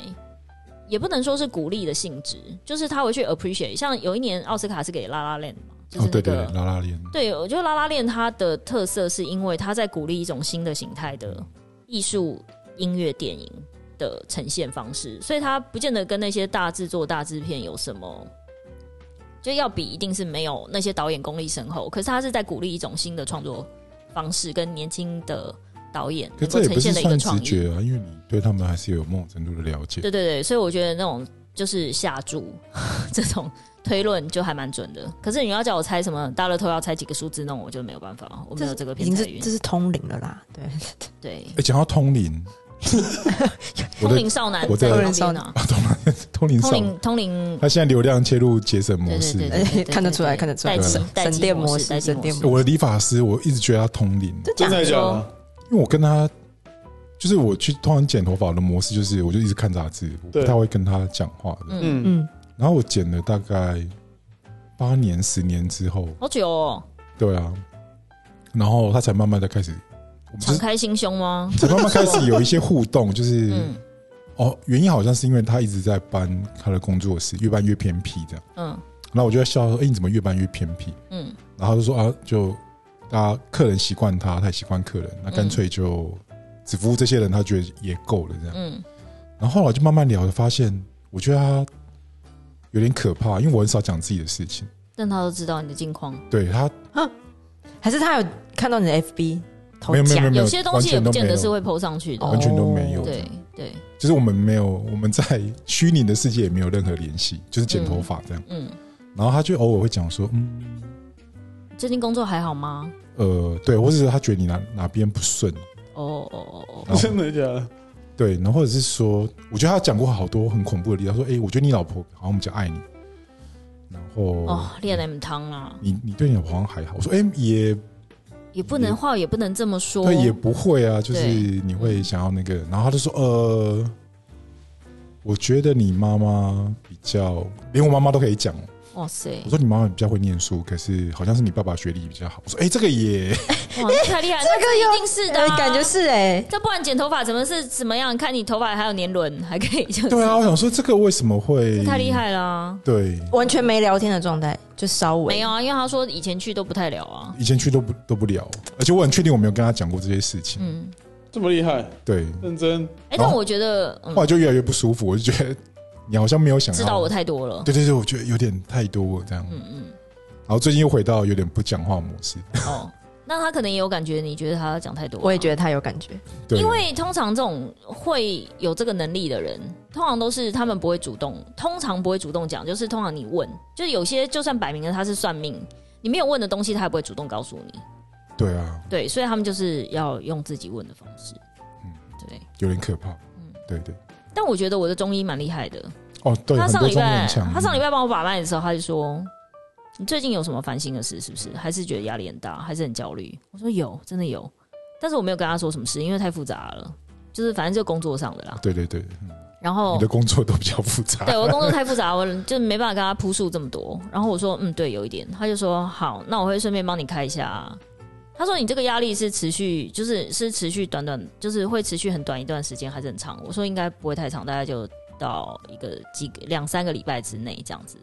也不能说是鼓励的性质，就是他会去 appreciate。像有一年奥斯卡是给拉拉链嘛，就是
哦，
那
对对，
个、
对拉拉链，
对，我觉得拉拉链它的特色是因为它在鼓励一种新的形态的艺术音乐电影的呈现方式，所以它不见得跟那些大制作、大制片有什么。就要比一定是没有那些导演功力深厚，可是它是在鼓励一种新的创作方式，跟年轻的导演
可
能够
这也
呈
不是
现的一个
算
创
直
意。
觉啊，因为你对他们还是有某种程度的了解。
对对对，所以我觉得那种就是下注 这种推论就还蛮准的。可是你要叫我猜什么大乐透要猜几个数字，那种我就没有办法，我没有这个
已
偏
经
财
是
运
这。是通灵了啦，对，
对，
哎，讲到通灵， 我
通
的
灵少男
我
在
在
旁
通灵少
边
男
呢，
通灵
通
上，
灵通灵，
他现在流量切入节省模
对对
式啊
对。对对对，
哎看得出来看得出来
待机
省
待机
省电
模
模
式，
式
待机
省
模
电
式
模式
哎我的理发师，我一直觉得他通灵，
真假
真的
的
假
说
的？
因为我跟他就是我去通常剪头发的模式，就是我就一直看杂志，我不
对
太会跟他讲话的。
嗯，
嗯，
嗯，
啊然后我剪了大概八年、十年之后，
好久哦，
对啊，然后他才慢慢的开始，我们就
敞
是
开心胸吗？
才慢慢开始有一些互动，就是、
嗯
哦，原因好像是因为他一直在搬他的工作室，越搬越偏僻这样。
嗯
然后我就在笑他说：“哎、你怎么越搬越偏僻
嗯，？”
然后他就说：“啊，就大家客人习惯他，他也习惯客人，那干脆就只服务这些人，他觉得也够了这样。
嗯
然后后来就慢慢聊，发现我觉得他有点可怕，因为我很少讲自己的事情。
但他都知道你的近况，
对他
还是他有看到你的 FB 头
没有没有没
奖
有
有些东西也不见
完全都
得
没有
是会 PO 上去的。
完全都没有，
哦
对对，
就是我们没有 我们在虚拟的世界也没有任何联系，就是剪头发这样。
嗯，
然后他就偶尔会讲说，嗯，
最近工作还好吗？
呃，对，或者是他觉得你哪哪边不顺，
哦哦哦哦，
然后
真的假的？
对，然后或者是说，我觉得他讲过好多很恐怖的例子，他说，哎、我觉得你老婆好像比较爱你，然后
哦，练 M 汤啦，
你你对你老婆好像还好，我说，哎、也
啊也不能话，也不能这么说。
对，也不会啊，就是
对
你会想要那个，然后他就说，呃，我觉得你妈妈比较，连我妈妈都可以讲哦，
哇塞，
我说你妈妈比较会念书，可是好像是你爸爸学历比较好。我说哎、这个 也
哇，这太厉害，这个一定是的
哎
啊，
感觉是哎、
这不然剪头发怎么是怎么样？看你头发还有年轮，还可以就是
对啊，我想说这个为什么会
这太厉？害啦、啊。
对，
完全没聊天的状态，就稍微
没有啊，因为他说以前去都不太聊啊。
以前去都不都不聊，而且我很确定我没有跟他讲过这些事情。
嗯，
这么厉害，
对，
认真
哎、
好
但我觉得，嗯
后，来就越来越不舒服，我就觉得你好像没有想要
知道我。太多了。
对对对，我觉得有点太多了这样。
嗯嗯，
然后最近又回到有点不讲话模式。
哦，那他可能也有感觉，你觉得他讲太多、
我也觉得他有感觉，
对，
因为通常这种会有这个能力的人，通常都是他们不会主动，通常不会主动讲，就是通常你问，就是有些就算摆明了他是算命，你没有问的东西，他也不会主动告诉你。
对啊，
对，所以他们就是要用自己问的方式。嗯
嗯，
对。
有点可怕。嗯，对对。
但我觉得我的中医蛮厉害的，
哦，对，
他
很
上
多
礼
中文
拜
很强。
他上礼拜帮我把脉的时候，他就说：“你最近有什么烦心的事？是不是？还是觉得压力很大，还是很焦虑？”我说：“有，真的有。”但是我没有跟他说什么事，因为太复杂了，就是反正就工作上的啦。
对对对，
然后
你的工作都比较复杂。
哦对我工作太复杂，我就没办法跟他铺述这么多。然后我说，嗯，对，有一点。他就说，好，那我会顺便帮你开一下。啊他说，你这个压力是持续，就是是持续短短，就是会持续很短一段时间，还是很长？我说应该不会太长，大概就到一个几个两三个礼拜之内这样子。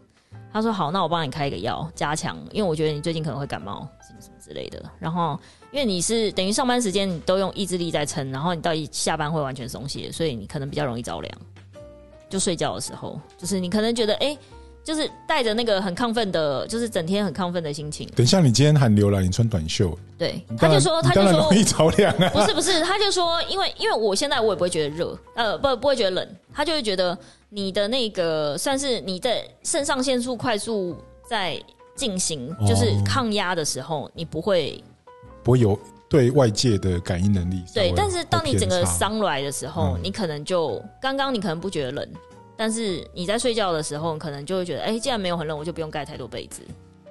他说好，那我帮你开一个药加强，因为我觉得你最近可能会感冒什么什么之类的。然后因为你是等于上班时间你都用意志力在撑，然后你到一下班会完全松懈，所以你可能比较容易着凉。就睡觉的时候，就是你可能觉得哎、诶就是带着那个很亢奋的，就是整天很亢奋的心情。
等一下，你今天喊刘兰，你穿短袖，
对
你，
他
当然
就说，
你
他就
当然
说
容，易着凉啊。
不是不是，他就说，因为因为我现在我也不会觉得热，呃，不不会觉得冷，他就会觉得你的那个算是你的肾上腺素快速在进行
哦
就是抗压的时候，你不会
不会有对外界的感应能力稍微
对
有偏差。，
但是当你整个伤来的时候，
嗯
你可能就刚刚你可能不觉得冷，但是你在睡觉的时候，你可能就会觉得，哎、既然没有很冷，我就不用盖太多被子，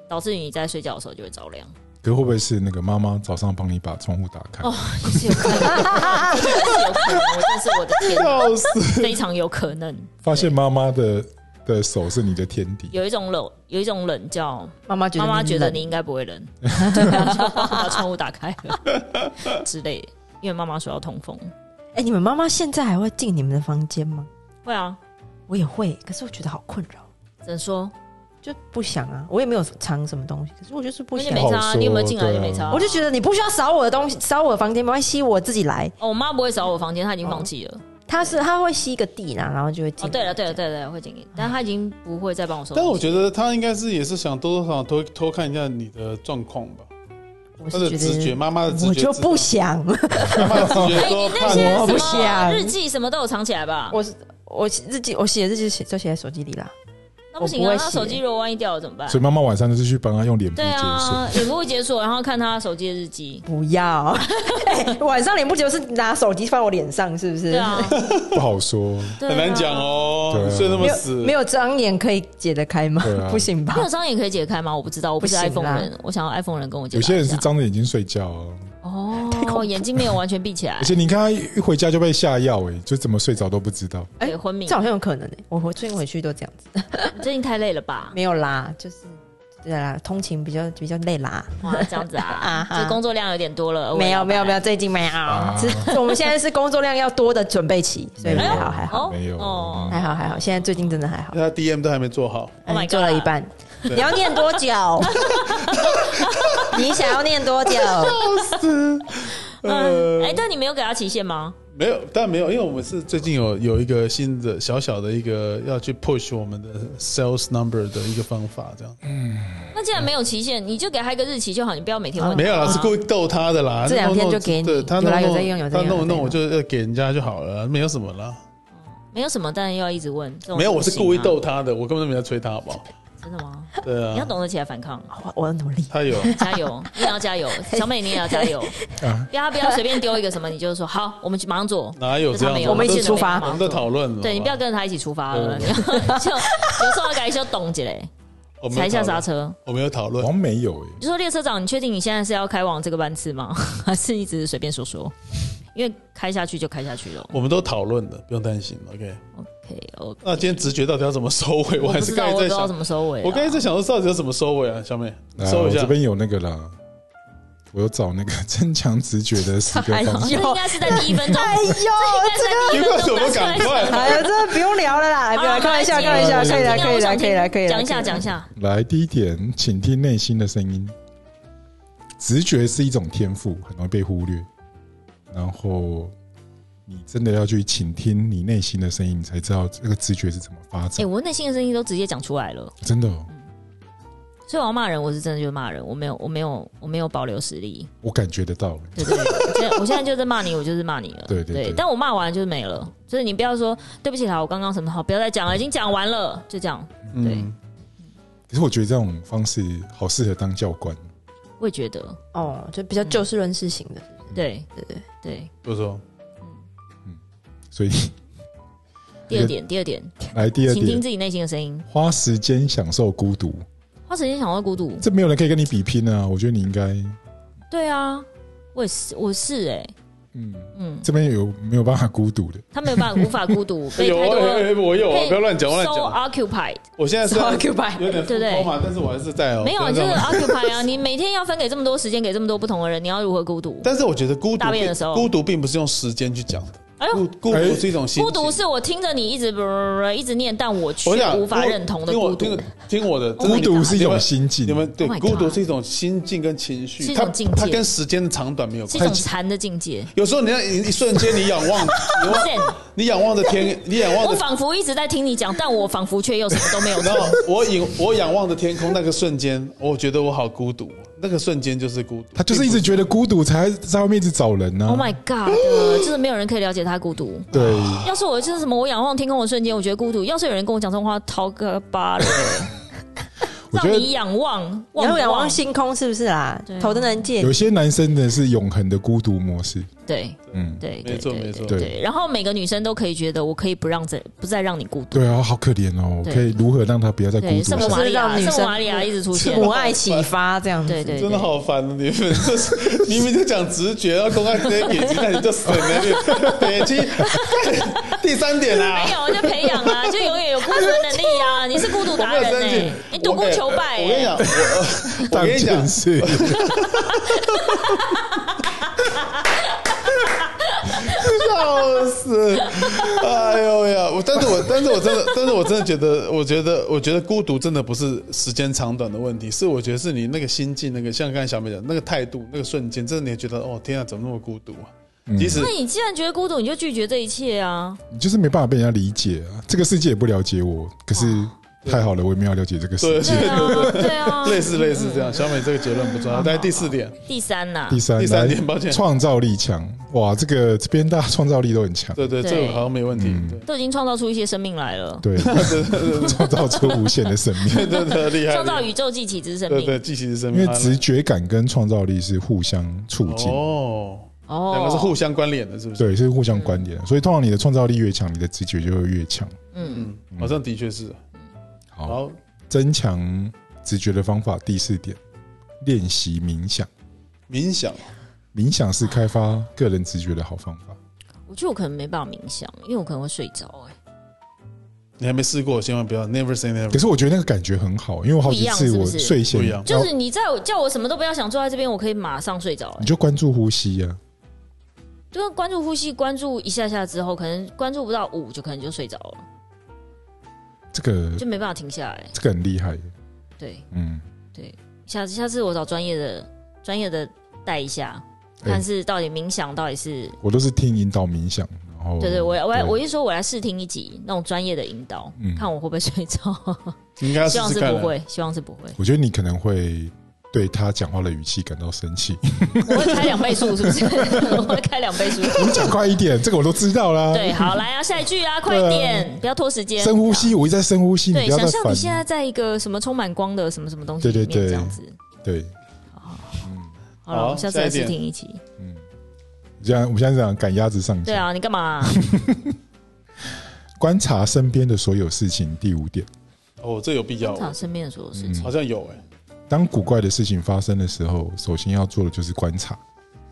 导致于你在睡觉的时候就会 着凉。
可会不会是那个妈妈早上帮你把窗户打开？
哦也是有可能，我觉得 是有可能，我真是我的天哪，
笑死！
非常有可能。
发现妈妈的的手是你的天敌，
有一种冷，有一种冷叫
妈妈觉得
妈妈觉得
冷
你应该不会 冷，啊就不要说把窗户打开了之类的，因为妈妈说要通风。
哎、你们妈妈现在还会进你们的房间吗？
会啊，
我也会，可是我觉得好困扰，
只能说
就不想啊。我也没有藏什么东西，可是我就是不
因为你。
想
没
好
差啊，你有没有
说
进来
对
就
啊
没差啊。
我就觉得你不需要扫我的东西，扫我的房间没关系，我自己来。
哦，我妈不会扫我房间，她已经放弃了。
她是她会吸一个地啦，然后就会进、
哦，对了，对了，对了，对了，会静音，但她已经不会再帮我收。
但我觉得他应该是也是想多多少少偷偷看一下你的状况吧，
我
他
是
的
觉
直觉，
得
妈妈的直觉，
我就不，想。
妈妈的直觉
哎，
说
你那
怕
些
你
我不
什么
想
日记什么都有藏起来吧？
我是我日记，我写日记写就写在手机里啦。
那不行
我
啊，
不会
她
写
手机如果万一掉了怎么办
所？以妈妈晚上就是去帮她用脸部
啊对
解
啊
锁。，
脸部解锁，然后看她手机的日记。
不要， 哎晚上脸部就是拿手机放我脸上，是不是？
对啊，
不好说。
对啊
很难讲。哦
对，啊
睡那么
没有
死，
没有张眼可以解得开吗
对？啊
不行吧
那？张也可以解开吗？我不知道，我不是
不行
iPhone
啦
人，我想要 iPhone 人跟我解答
有
一下。
些人是张着眼睛睡觉啊，
恐
哦，
怖
眼睛没有完全闭起来
而，且你看他一回家就被下药，哎，就怎么睡着都不知道。
哎
对，昏迷
这。好像有可能诶、我我最近回去都这样子，
你最近太累了吧？
没有啦，就是对啦，通勤比较比较累啦。
哇，这样子啊
啊，哈
这工作量有点多了。
没有没有没
有，
有，最近没有，只是 我们现在是工作量要多的准备期，所以
没有
还好还好
哦
没有
哦
还好还好，现在最近真的还好，
他 DM 都还没做好，
Oh my
嗯做了
God
一半。你要念多久？ 你想要念多久？
嗯，哎，但你没有给他期限吗？
没有，但没有，因为我们是最近有有一个新的小小的一个要去 push 我们的 sales number 的一个方法，这样、
那既然没有期限，你就给他一个日期就好，你不要每天问。
啊没有啦，是故意逗他的啦。
这两天
弄弄
就给你
对他
有啦
弄
有在用
弄
有在
他
用
弄
有在
弄
用
我就呃要给人家就好了，没有什么啦。
没有什么，但又要一直问。这种
没有，我是
不行啊
故意逗。他的，我根本就没在催他，好不好？
真的吗？
对
你要
啊，
懂得起来反抗，
我我要努力。
他有，
加油！你也要 加油，小美你也要加油。
啊
不要不要随便丢一个什么，你就说好，我们去马 上做。
哪有这样
他没
子？啊
有，
我们一
都
起出发
我们都讨论了。
对你不要跟着他一起出发了，
嗯
你要就有时候要改就懂起来，
我没有
踩一下
讨
刹
论，
车。
我没有讨
好
论。
像没有哎，
就说列车长，你确定你现在是要开往这个班次吗？ 还是一直随便说说？因为开下去就开下去了。
我们都讨论的，不用担心。OK，
OK，我
那今天直觉到底要怎么收尾？我
我
还
不
是
知
刚
道，
才
我不
在
知道
想
怎，么收尾啊。
我刚才在想说到底要怎么收尾啊，小美，你
来
收
我
一下
这。边有那个啦，我有找那个 增强直觉的十个
哎呦
方
这
法。
应该是在第一分钟，
哎呦，
这
你
应该是在
为
第一分
什
钟拿
么
出来
赶快？
哎呀，这不用聊了
好
啦，没有
啦
啦开玩笑，
没
开
关
玩
系
笑，可以
我
啦，
想
可以啦，可
听
以
啊
啦，可以啦。
讲一下，
可以啦
讲一。下。
来，第一点，请听内心的声音。直觉是一种天赋，很容易被忽略。然后，你真的要去倾听你内心的声音，你才知道这个直觉是怎么发
哎，
展。
我内心的声音都直接讲出来了，
真的哦、
所以我要骂人，我是真的就骂人，我没有，我没有，我没有保留实力。
我感觉得到。欸
对 对对，现在我现在就是骂你，我就是骂你了。
对对对
但我骂完就是没了，所以你不要说对不起啦，我刚刚什么好，不要再讲了，已经讲完了，就这样。
嗯，
可是我觉得这种方式好适合当教官。
我也觉得，
哦，就比较就事论事型的，
对
对对。
对。
不说，
所 以，
第二点，第二点，
来第二
请听
点，
自己内心的声音，
花时间享受孤独，
花时间享受孤独。
这没有人可以跟你比拼啊！我觉得你应该，
对啊，我也是，我是哎、
嗯，
嗯，
这边有没有办法孤独的？
他没有办法，无法孤独，被
有
太
啊，哎
多
哎我有啊，不要乱讲，乱
so
讲。
occupied，
我现在是
So occupied
有点
对不对
疯嘛，但是我还是在哦。
没有啊，
不
就
要
是
这样
occupied 啊，你 每天要分给这么多时间给这么多不同的人，你要如何孤独？
但是我觉得孤独
大便的
并
时候
孤独并不是用时间去讲的，
哎呦
孤，孤独是一种心情
孤独。是我听着你一直呃一直念，但我却
我想
无法认同的孤
听我
独
听。我听我的，
孤独是一
你
种
们
心境，
你们对
Oh my
孤独
God
是一种心境跟情
是
绪，
一种
它
境界
它跟时间的长短没有
是一
关
种
系。
禅的境界。
有时候你要一一瞬间，你仰 望，你望
Zen
你仰望着天，你仰望
我
着
仿佛一直在听你讲，但我仿佛却又什么 都没有
然
做。
后我仰我仰望着天空那个瞬间，我觉得我好孤独。那个瞬间就是孤独，
他就是一直觉得孤独，才在外面一直找人呢、啊
Oh my god！就是没有人可以了解他孤独。
对，
要是我 就是什么，我仰望天空的瞬间，我觉得孤独；要是有人跟我讲这种话，掏个巴了。
我觉
让你
得
仰望，
你
望
要
不
仰
望
望星空是不是啦
对？啊
头灯能借
有些男生的是永恒的孤独模式，
对
嗯，
对，
没错
对对
没错
对
对
对。然后每个女生都可以觉得，我可以不让再不再让你孤独，
对啊，好可怜哦，
对
可以如何让他不要再孤
对，
独
圣
上
母？玛利
让
亚，
女生
圣母玛利亚一直出现，
母爱启发这样子，
对对
真的好烦啊！你们这是你们就讲直觉，然后公开直接眼睛看你就死了，眼睛。 第三点啊
没，有，就培养 啊，就永远有孤独的能力啊！你是孤独
我
达
没有
人
生
呢、
气，
你独孤求败、
我跟你
欸
讲，。我我
当
跟你
件
讲，
事，
笑死！哎呦呀！我但是我但是我真的 但是我真的觉得，我觉得我觉得孤独真的不是时间长短的问题，是我觉得是你那个心境，那个像刚才小美讲那个态度，那个瞬间，真的你也觉得哦天啊，怎么那么孤独啊？
嗯
即使
那你既然觉得孤独，你就拒绝这一切啊！
你嗯就是没办法被人家理解啊，这个世界也不了解我，可是
啊
太好了，我也没有了解这个世
对
界。
对啊，对啊。
类似类似这样，小美这个结论不
嗯
错。但第四点，
第三呐、
第三，
第三
来
点抱歉
创造力强，哇，这个这边大家创造力都很强，
对对，
对
这个好像没问题。
嗯
都已经创造出一些生命来了，
对， 创造出无限的生命。
对 对对，厉害！
创造
厉
宇宙际起之生
害对
命。
对，记起是生
因
命
为直觉感跟创造力是互相促进，
哦，
哦
两个是互相关联的，是不是？
对，是互相关联
嗯
的。所以通常你的创造力越强，你的直觉就会越强。
嗯，
嗯，好像的确是。
好，
好，
增强直觉的方法第四点，练习冥想。
冥想，
冥想是开发个人直觉的好方法。
我觉得我可能没办法冥想，因为我可能会睡着、欸。
你还没试过，千万不要，never say
可
never。
是我觉得那个感觉很好，因为我好几次我睡前
不一样
然
就
后
是你在我叫我什么都不要想，坐在这边，我可以马上睡着、欸
你。就关注呼吸啊，
就是啊关注呼吸，关注一下下之后，可能关注不到五，就可能就睡着了，
这个
就没办法停下来。
这个很厉害。
对，
嗯，
下次下次我找专业的专业的带一下，
哎
看是到底冥想到底是
我都是听引导冥想，然后
对对，我
哦
我
对
我一说我来试听一集那种专业的引导，
嗯
看我会不会 睡着，
你应该要
希
试
望
试
是
看
不
啊。
会，希望是不会。
我觉得你可能会对他讲话的语气感到生气。
我会开两倍速，是不 是？我会开两倍速。
你讲快一点，这个我都知道啦。
对，好，来啊，下一句啊，快点，不要拖时间。
深呼吸，我一直在深呼吸，你
对，
不要
想
再
象你现在
烦。
在一个什么充满光的什么什么东西里
对
面，
对对
这样子。
对，
哦好了，我
好
们下次
下一
来试
点
听一集。
嗯，这样我们现在讲赶鸭子上
对
架，
啊，你干嘛 啊、
观察身边的所有事情。第五点，
哦，这有必要
观，察身边的所有事
嗯
情。
好像有哎。
当古怪的事情发生的时候，首先要做的就是观察，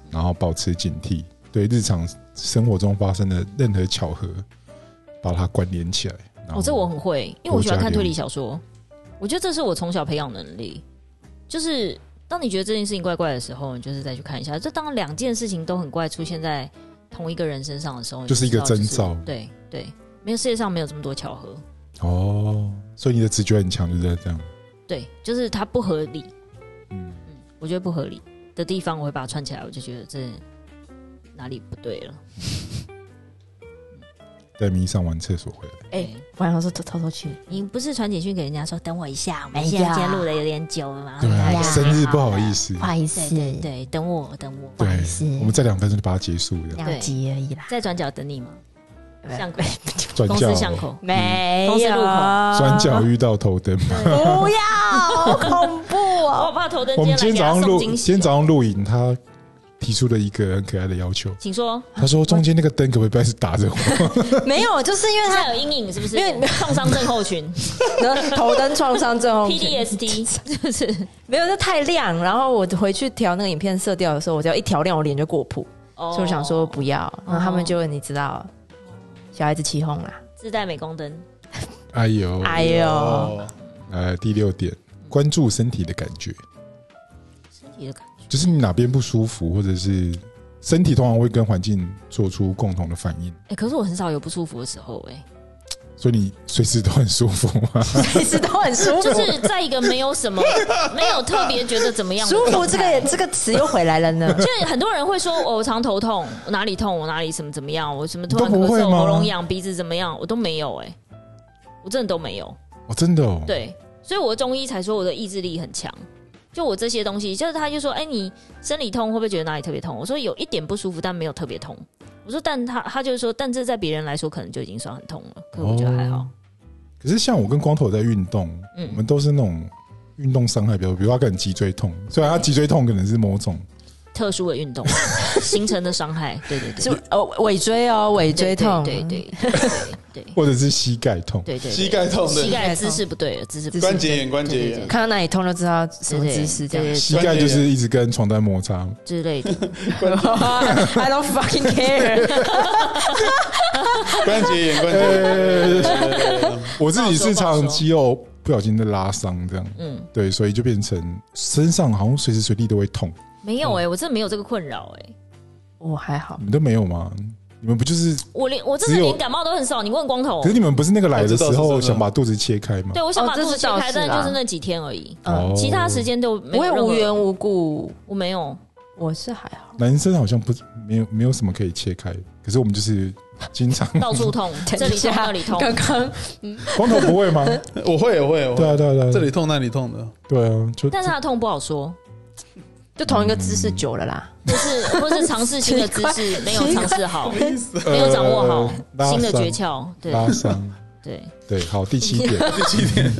然后保持警惕，对日常生活中发生的任何巧合，把它关联起来。然后
哦，这我很会，因为我喜欢看推理小说。我觉得这是我从小培养的能力，就是当你觉得这件事情怪怪的时候，你就是再去看一下。就当两件事情都很怪出现在同一个人身上的时候，你
就是一个
知道
征兆
对对，没有世界上没有这么多巧合。
哦，所以你的直觉很强，就是这样。
对，就是它不合理，
嗯，
我觉得不合理的地方，我会把它串起来，我就觉得这哪里不对了。
在迷上完厕所回来，
哎、
晚上说偷偷偷去，
你不是传简讯给人家说等我一下，我们
没
现在
有
今天录的有点久了嘛？
对啊，
呀
生日不好意思
不，好意
对
思，
对对，等我等我。
不
对
好意思，
我们再两分钟就把它结束，这样
两集而已啦。
在转角等你吗？巷口，
哎转 哦
公司巷
角
口。
没有
公司路口
转角遇到头灯。
不要，好恐怖
我
哦！
怕头灯
我们今天
今天
早
来
上
给
录，
他送惊喜。
今天早上录影，他提出了一个很可爱的要求。
请说，
他说：“中间那个灯可不可以不要是打 着我
没有，就是因为
现
他
在有阴影是不是
啊因为你？
创伤症 候群
头灯创伤 症候群，
，PDSD 是不是？
没有，这太亮。然后我回去调那个影片色调的时候，我只要一调亮，我脸就过曝，
哦
所以我想说不要。然后他们就你知道，小孩子起哄啦，
自带镁光灯，？”
哎呦，
哎呦，
哦，
呃，第六点，关注身体的感觉，
身体的感觉。
就是你哪边不舒服，或者是身体通常会跟环境做出共同的反应，
哎，可是我很少有不舒服的时候， 哎，
所以你随时都很舒服 嘛。
其实都很舒服
啊
就。是在一个没 有什么，没有特别觉得怎么样的
舒服
状
这
态
个这个词又回来了呢。
就是很多人会说，哦我常头痛，我哪里痛，我哪里什么怎么样，我什么突然
你都
咳
不会
嗽，
吗
喉咙痒，鼻子怎么样，我都没有，哎，我真的都没有。
哦，真的哦。，
对，所以我中医才说我的意志力很强。就我这些东西，就是他就说，哎、你生理痛会不会觉得哪里特别痛？我说有一点不舒服，但没有特别痛。我说，但他他就是说，但这在别人来说可能就已经算很痛了，可是我觉得还好。
可是像我跟光头在运动，
嗯
我们都是那种运动伤害比较多，比如他可能脊椎痛，虽然他脊椎痛可能是某种
嗯特殊的运动形成的伤害，对对对，
是呃尾椎哦，尾
对
椎痛，
对对对对对
或者是膝盖痛，
对对，
膝盖痛
膝
的
盖姿势不对了，姿势不对
关节炎，关
对
节
对
炎
对，
看到哪里痛就知道什么
对对
姿势这样。
对
膝盖就是一直跟床单摩擦，
之类的，
I don't fucking care。
关节炎，关节炎对对。对
呃我自己是
不好
常
说不好说
肌肉不小心的拉伤这样，
嗯，
对，所以就变成身上好像随时随地都会痛，
没有哎、我真的没有这个困扰哎、
我哦还好
你，们都没有吗？你们不就是？
我连我真的
只有
连感冒都很少。你问光头
可，是你们不是那个来的时
我
候
知道
想把肚子切开吗？
对我想把
哦这
肚
是
子切
倒
开，
是
但
啦
就是那几天而已，
哦
其他时间都没
嗯我也
有任何
无缘，无故，
我没有。
我是还好。
男生好像不没有没有什么可以切开，可是我们就是经 常
到处痛，这
等
里
一
痛
下
那里痛，
刚刚
光头不会 吗？
对我会，我会，我
对
会，
啊对啊对啊，
这里痛那里痛 的，
对啊，就
但是他的痛不好说，
就同一个姿势久了啦，
或是或是尝试 新的姿势没有尝试好，
什么意思？
没有掌握好
呃拉
新的
伤
诀窍，对
拉伤，
对，
对，好，第七点，
第七点，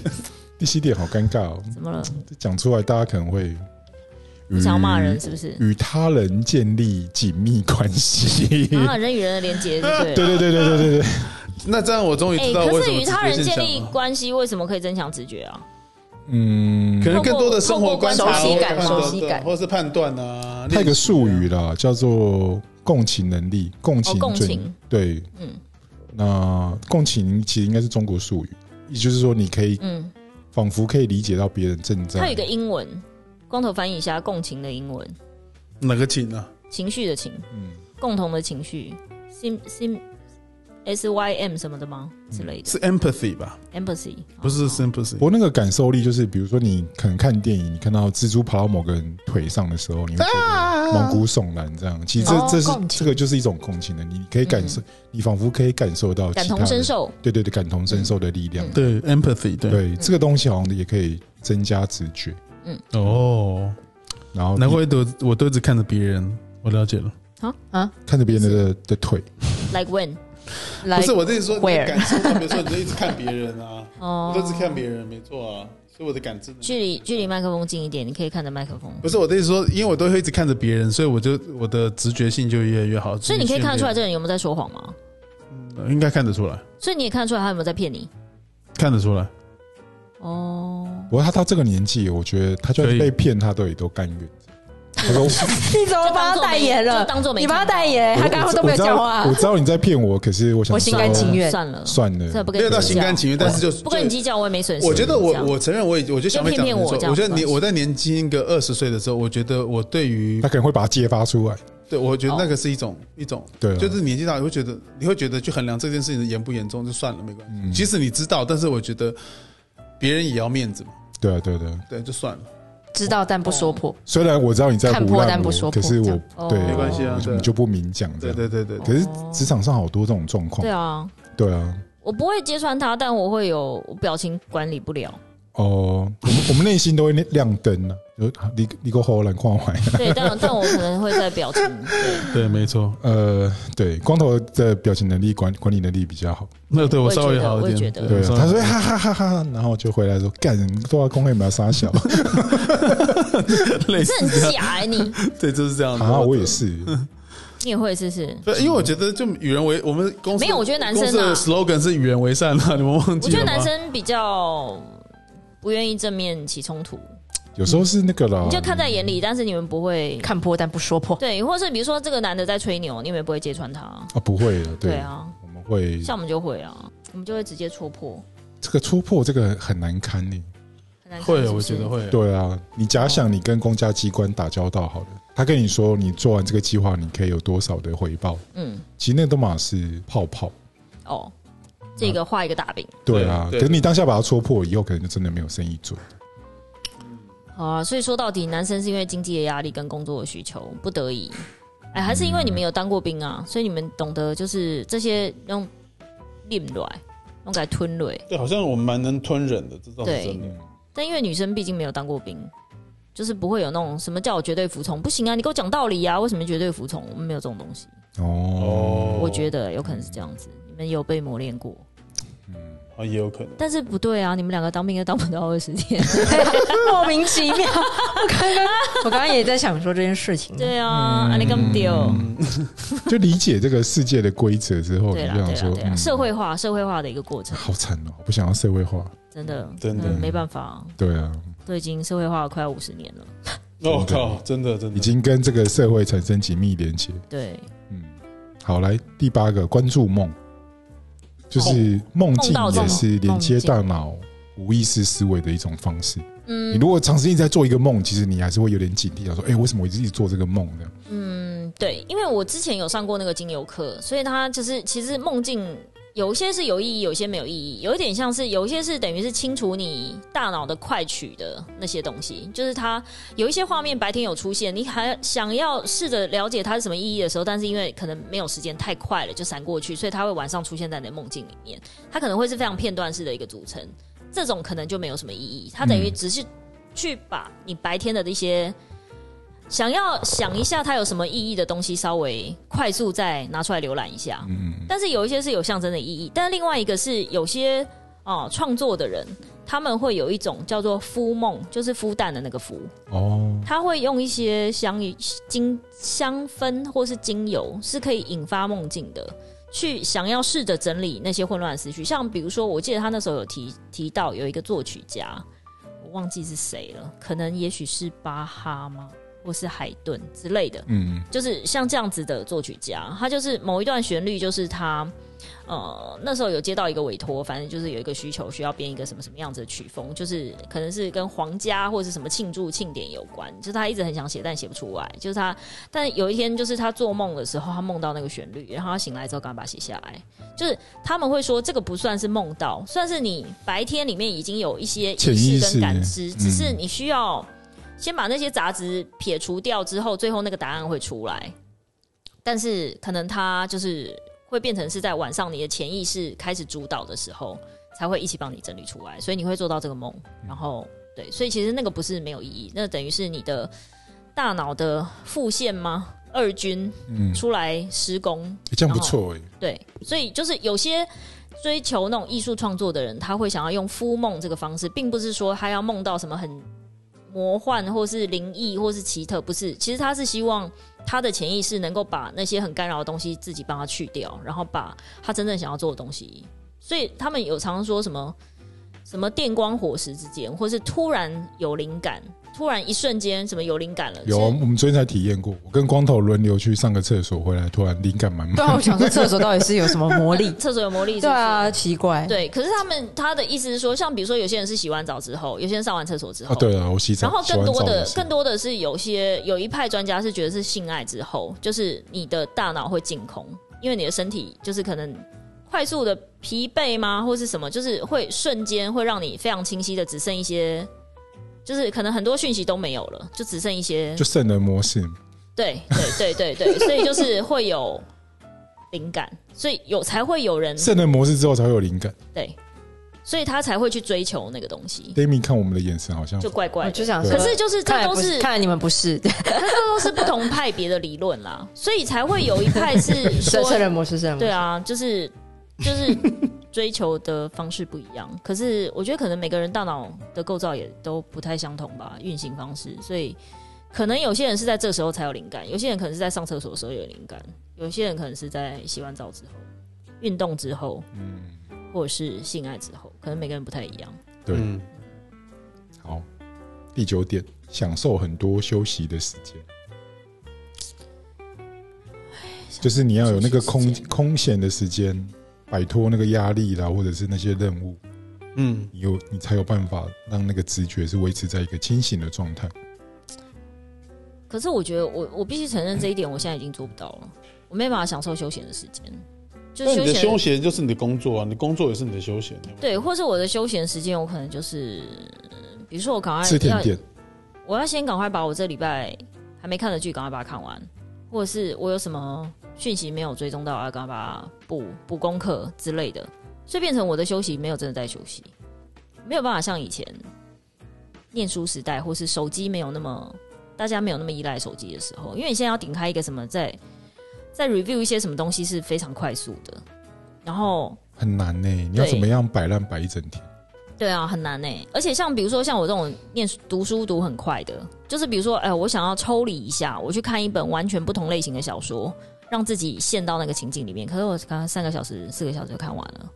第七点好尴尬哦，
怎么了？
这讲出来大家可能会
你想要骂人是不是？
与他人建立紧密关系。
啊，人与人的连接，
对 对
对了。
对对对对对，
那这样我终于
哎，
知道为什
可是
么
与他
直
人
觉性
建
强
立
了
关系，为什么可以增强直觉啊？
嗯，
可能更多的生活观察、
透过
透过熟悉
或者判断
感熟悉感
或者是判断啊。
它有一个术
练习
语啦，叫做共情能力，共情
哦共
准
情
对，
嗯
那共情其实应该是中国术语，也就是说你可以
嗯，
仿佛可以理解到别人正
啊
在
它有一个英文，光头翻译一下共情的英文，
啊哪个情呢？
情绪的情，
嗯
共同的情绪，sim sim s y m 什么的吗？之类的
是 empathy 吧？
，empathy
不是
哦
sympathy
不。过那个感受力就是，比如说你可能看电影，你看到蜘蛛爬到某个人腿上的时候，你会觉得毛骨悚然这样。其实
啊哦
这这是
共情嗯
这个就是一种共情的，你可以感受，你仿佛可以感受到
感
其他
同身
人，
受，
对对对，感同身受的力
嗯
量。
对 empathy 对
对，这个东西好像也可以增加直觉。
哦，
然后
难怪都我都一直看着别人，我了解了。
啊
看着别人的的腿，
，like when
来
不是我的意思说，你
where？
感受到，比如说你就一直看别人啊，
哦
我都一直看别人，没错啊，所以我的感知能力。
距离距离麦克风近一点，你可以看着麦克风，
不是我的意思说，因为我都会一直看着别人，所以我就我的直觉性就越来越好。
所以你可以看得出来这
这
个人有没有在说谎吗？
应该看得出来，
所以你也看得出来他有没有在骗你？
看得出来。
哦，
不过他到这个年纪，我觉得他就
可以
算被骗，他都也都甘 愿。他说：“
你怎么哦帮他代言
就
了？
当作没
你帮他代
我
言，哎他刚刚都没有
我知道
讲话
我。知道你在骗我，可是我想
我心甘
说
情愿
算了，
算了，
这不跟
没
你
有到
计较
心甘情愿，但是就
不跟你计较，我也没损失。
我觉得
这
我
样
我承认我也我就想被讲
就
没
骗骗我
错
这样
我觉得
没
你
关系
我在年轻个二十岁的时候，我觉得我对于
他可能会把它揭发出来。
对我觉得那
哦
个是一种一种，
对啊
就是年纪大了会觉得你会觉得去衡量这件事情的严不严重就算了，没关系。
嗯
即使你知道，但是我觉得别人也要面子嘛，
对啊，对啊对啊。
对，就算了，
知道但不说破，
虽然我知道你在
看
胡
破
乱
但不
我，
说
可
破
是
这
我
样
对
哦
没关系啊
我就
对
我就不明讲这
对
样。
对对对
可
对，
是职场上好多这种状况
对。啊，
对啊，
我不会揭穿他，但我会有我表情管理不了。
哦，我们我们内心都会亮灯呢，就啊你你给我好难看坏。
对，但但我可能会在 表情，
哎
对
对，没错，
呃，对，光头的表情能力管管理能力比较好。
那对我
我也
稍微
觉得
好
我
一
也
点，
觉得
对啊，
稍微
他说哈哈哈哈，然后就回来说干，都要工会没有傻 小
类似
这很
这样，
假哎、你
对，就是这样子。
啊，我也是。
你也会试试？
对，因为我觉得就与人为我们公司
没有我觉得男生
公
啊
司的 slogan 是与人为善啊，你们忘记了吗
我觉得男生比较不愿意正面起冲突，
有时候是那
哦
个啦，
你就看在眼里，但是你们不会
看破但不说 破。
对，或是比如说这个男的在吹牛，你们也不会揭穿他。
啊，不会了，
对
对，
啊，
我们
嗯
会
像我们就会啊，我们就会直接戳破，
这个戳破这个很难堪欸呢。
很难看
会，
是不
我
是
觉得。会，
对啊，你假想你跟公家机关打交道好了，他跟你说你做完这个计划，你可以有多少的回报？
嗯，
其实那都嘛是泡泡。
哦，这个画一个大饼。
对啊，
对对
可是你当下把它戳破以后，可能就真的没有生意做。
好啊，所以说到底，男生是因为经济的压力跟工作的需求不得已，哎，还是因为你们有当过兵啊，所以你们懂得就是这些用忍来，用来吞蕊。
对，好像我们蛮能吞忍的，这倒
对
是
嗯
真的。
但因为女生毕竟没有当过兵，就是不会有那种什么叫我绝对服从，不行啊，你给我讲道理啊，为什么绝对服从？我们没有这种东西。
哦，
我觉得有可能是这样子，你们有被磨练过。
啊，也有可能。
但是不对啊，你们两个当兵也当不到二十 天。
莫名其妙。我刚刚我刚刚也在想说这件事情，
对
嗯
啊，啊你更丢。
哦就理解这个世界的规则之后，你
对
就
啦，
想
对啦，
说
对，啦，
嗯
社会化，社会化的一个过程，
好惨哦，我不想要社会化。
真的，
真的
嗯没办法，
对啊，
都已经社会化了快要五十年了。
我哦靠，真的真的
已经跟这个社会产生紧密连接。
对，
嗯，好，来第八个关注梦，就是梦境
梦到
也是连接
梦境
大脑无意识思维的一种方式。你
嗯
如果长时间一直在做一个梦，其实你还是会有点警惕，想说，哎、为什么我一直做这个梦呢？
嗯，对，因为我之前有上过那个精油课，所以它就是其实梦境。有一些是有意义，有一些没有意义，有一点像是有一些是等于是清除你大脑的快取的那些东西，就是它有一些画面白天有出现，你还想要试着了解它是什么意义的时候，但是因为可能没有时间太快了，就闪过去，所以它会晚上出现在你的梦境里面。它可能会是非常片段式的一个组成，这种可能就没有什么意义。它等于只是去把你白天的一些想要想一下它有什么意义的东西，稍微快速再拿出来浏览一下。
嗯，
但是有一些是有象征的意义，但另外一个是有些哦创、作的人，他们会有一种叫做“孵梦”，就是孵蛋的那个“孵”。
哦，
他会用一些香精、香氛或是精油，是可以引发梦境的，去想要试着整理那些混乱的思绪。像比如说，我记得他那时候有提提到有一个作曲家，我忘记是谁了，可能也许是巴哈吗，或是海顿之类的。
嗯，
就是像这样子的作曲家，他就是某一段旋律，就是他呃那时候有接到一个委托，反正就是有一个需求需要编一个什么什么样子的曲风，就是可能是跟皇家或者是什么庆祝庆典有关，就是他一直很想写，但写不出来，就是他，但有一天就是他做梦的时候，他梦到那个旋律，然后他醒来之后赶快把它写下来，就是他们会说这个不算是梦到，算是你白天里面已经有一些
潜
意
意
识
识
跟感知，只是
嗯
你需要。先把那些杂质撇除掉之后，最后那个答案会出来。但是可能它就是会变成是在晚上你的潜意识开始主导的时候，才会一起帮你整理出来，所以你会做到这个梦。然后对，所以其实那个不是没有意义，那等于是你的大脑的复现吗？二军
嗯，
出来施工，
诶这样不
哦
错哎、
对，所以就是有些追求那种艺术创作的人，他会想要用敷梦这个方式，并不是说他要梦到什么很魔幻或是灵异或是奇特，不是，其实他是希望他的潜意识能够把那些很干扰的东西自己帮他去掉，然后把他真正想要做的东西。所以他们有常说什么什么电光火石之间，或是突然有灵感，突然一瞬间什么有灵感了，
有啊，
是
我们昨天才体验过，我跟光头轮流去上个厕所，回来突然灵感满满。
对啊，我想说厕所到底是有什么
？
魔力
厕所有魔力是不
对
是
啊，奇怪。
对，可是他们他的意思是说，像比如说有些人是洗完澡之后，有些人上完厕所之后，
啊，对啊，我洗澡，
然后
洗
更
完
多
澡
的
也是
更多的是有些有一派专家是觉得是性爱之后，就是你的大脑会净空，因为你的身体就是可能快速的疲惫吗，或是什么，就是会瞬间会让你非常清晰的只剩一些，就是可能很多讯息都没有了，就只剩一些
就圣人模式，
嗯对对对对对，所以就是会有灵感，所以有才会有人
圣人模式之后才会有灵感。
对，所以他才会去追求那个东西，
Demi 看我们的眼神好像
就怪怪
我
的。
哦就想说，
可是就是这
看来
都
不
是
看来你们不是
这都是不同派别的理论啦，所以才会有一派 是
圣圣
说，
人模式，圣人模
对
式。
啊，就是就是追求的方式不一样。可是我觉得可能每个人大脑的构造也都不太相同吧，运行方式，所以可能有些人是在这时候才有灵感，有些人可能是在上厕所的时候有灵感，有些人可能是在洗完澡之后、运动之后，
嗯，
或者是性爱之后，可能每个人不太一样。
对。
嗯
好，第九点，享受很多休息的时间，就是你要有那个空
休息时间
空闲的时间，摆脱那个压力啦，或者是那些任务，
嗯，
你有你才有办法让那个直觉是维持在一个清醒的状态。
可是我觉得我我必须承认这一点，我现在已经做不到了，我没办法享受休闲的时间，就
但你的
休闲
休闲就是你的工作啊，你工作也是你的休闲。
对，或是我的休闲时间，我可能就是，呃比如说我赶快
吃甜
要，
点，
我要先赶快把我这礼拜还没看的剧赶快把它看完，或者是我有什么讯息没有追踪到，我要赶快把它补补功课之类的，所以变成我的休息没有真的在休息，没有办法像以前念书时代，或是手机没有那么大家没有那么依赖手机的时候，因为你现在要顶开一个什么在在 review 一些什么东西是非常快速的，然后
很难呢、你要
对
怎么样摆烂摆一整天？
对啊，很难呢、而且像比如说像我这种念书读书读很快的，就是比如说，哎、我想要抽离一下，我去看一本完全不同类型的小说，让自己陷到那个情境里面。可是我刚刚三个小时、四个小时就看完了，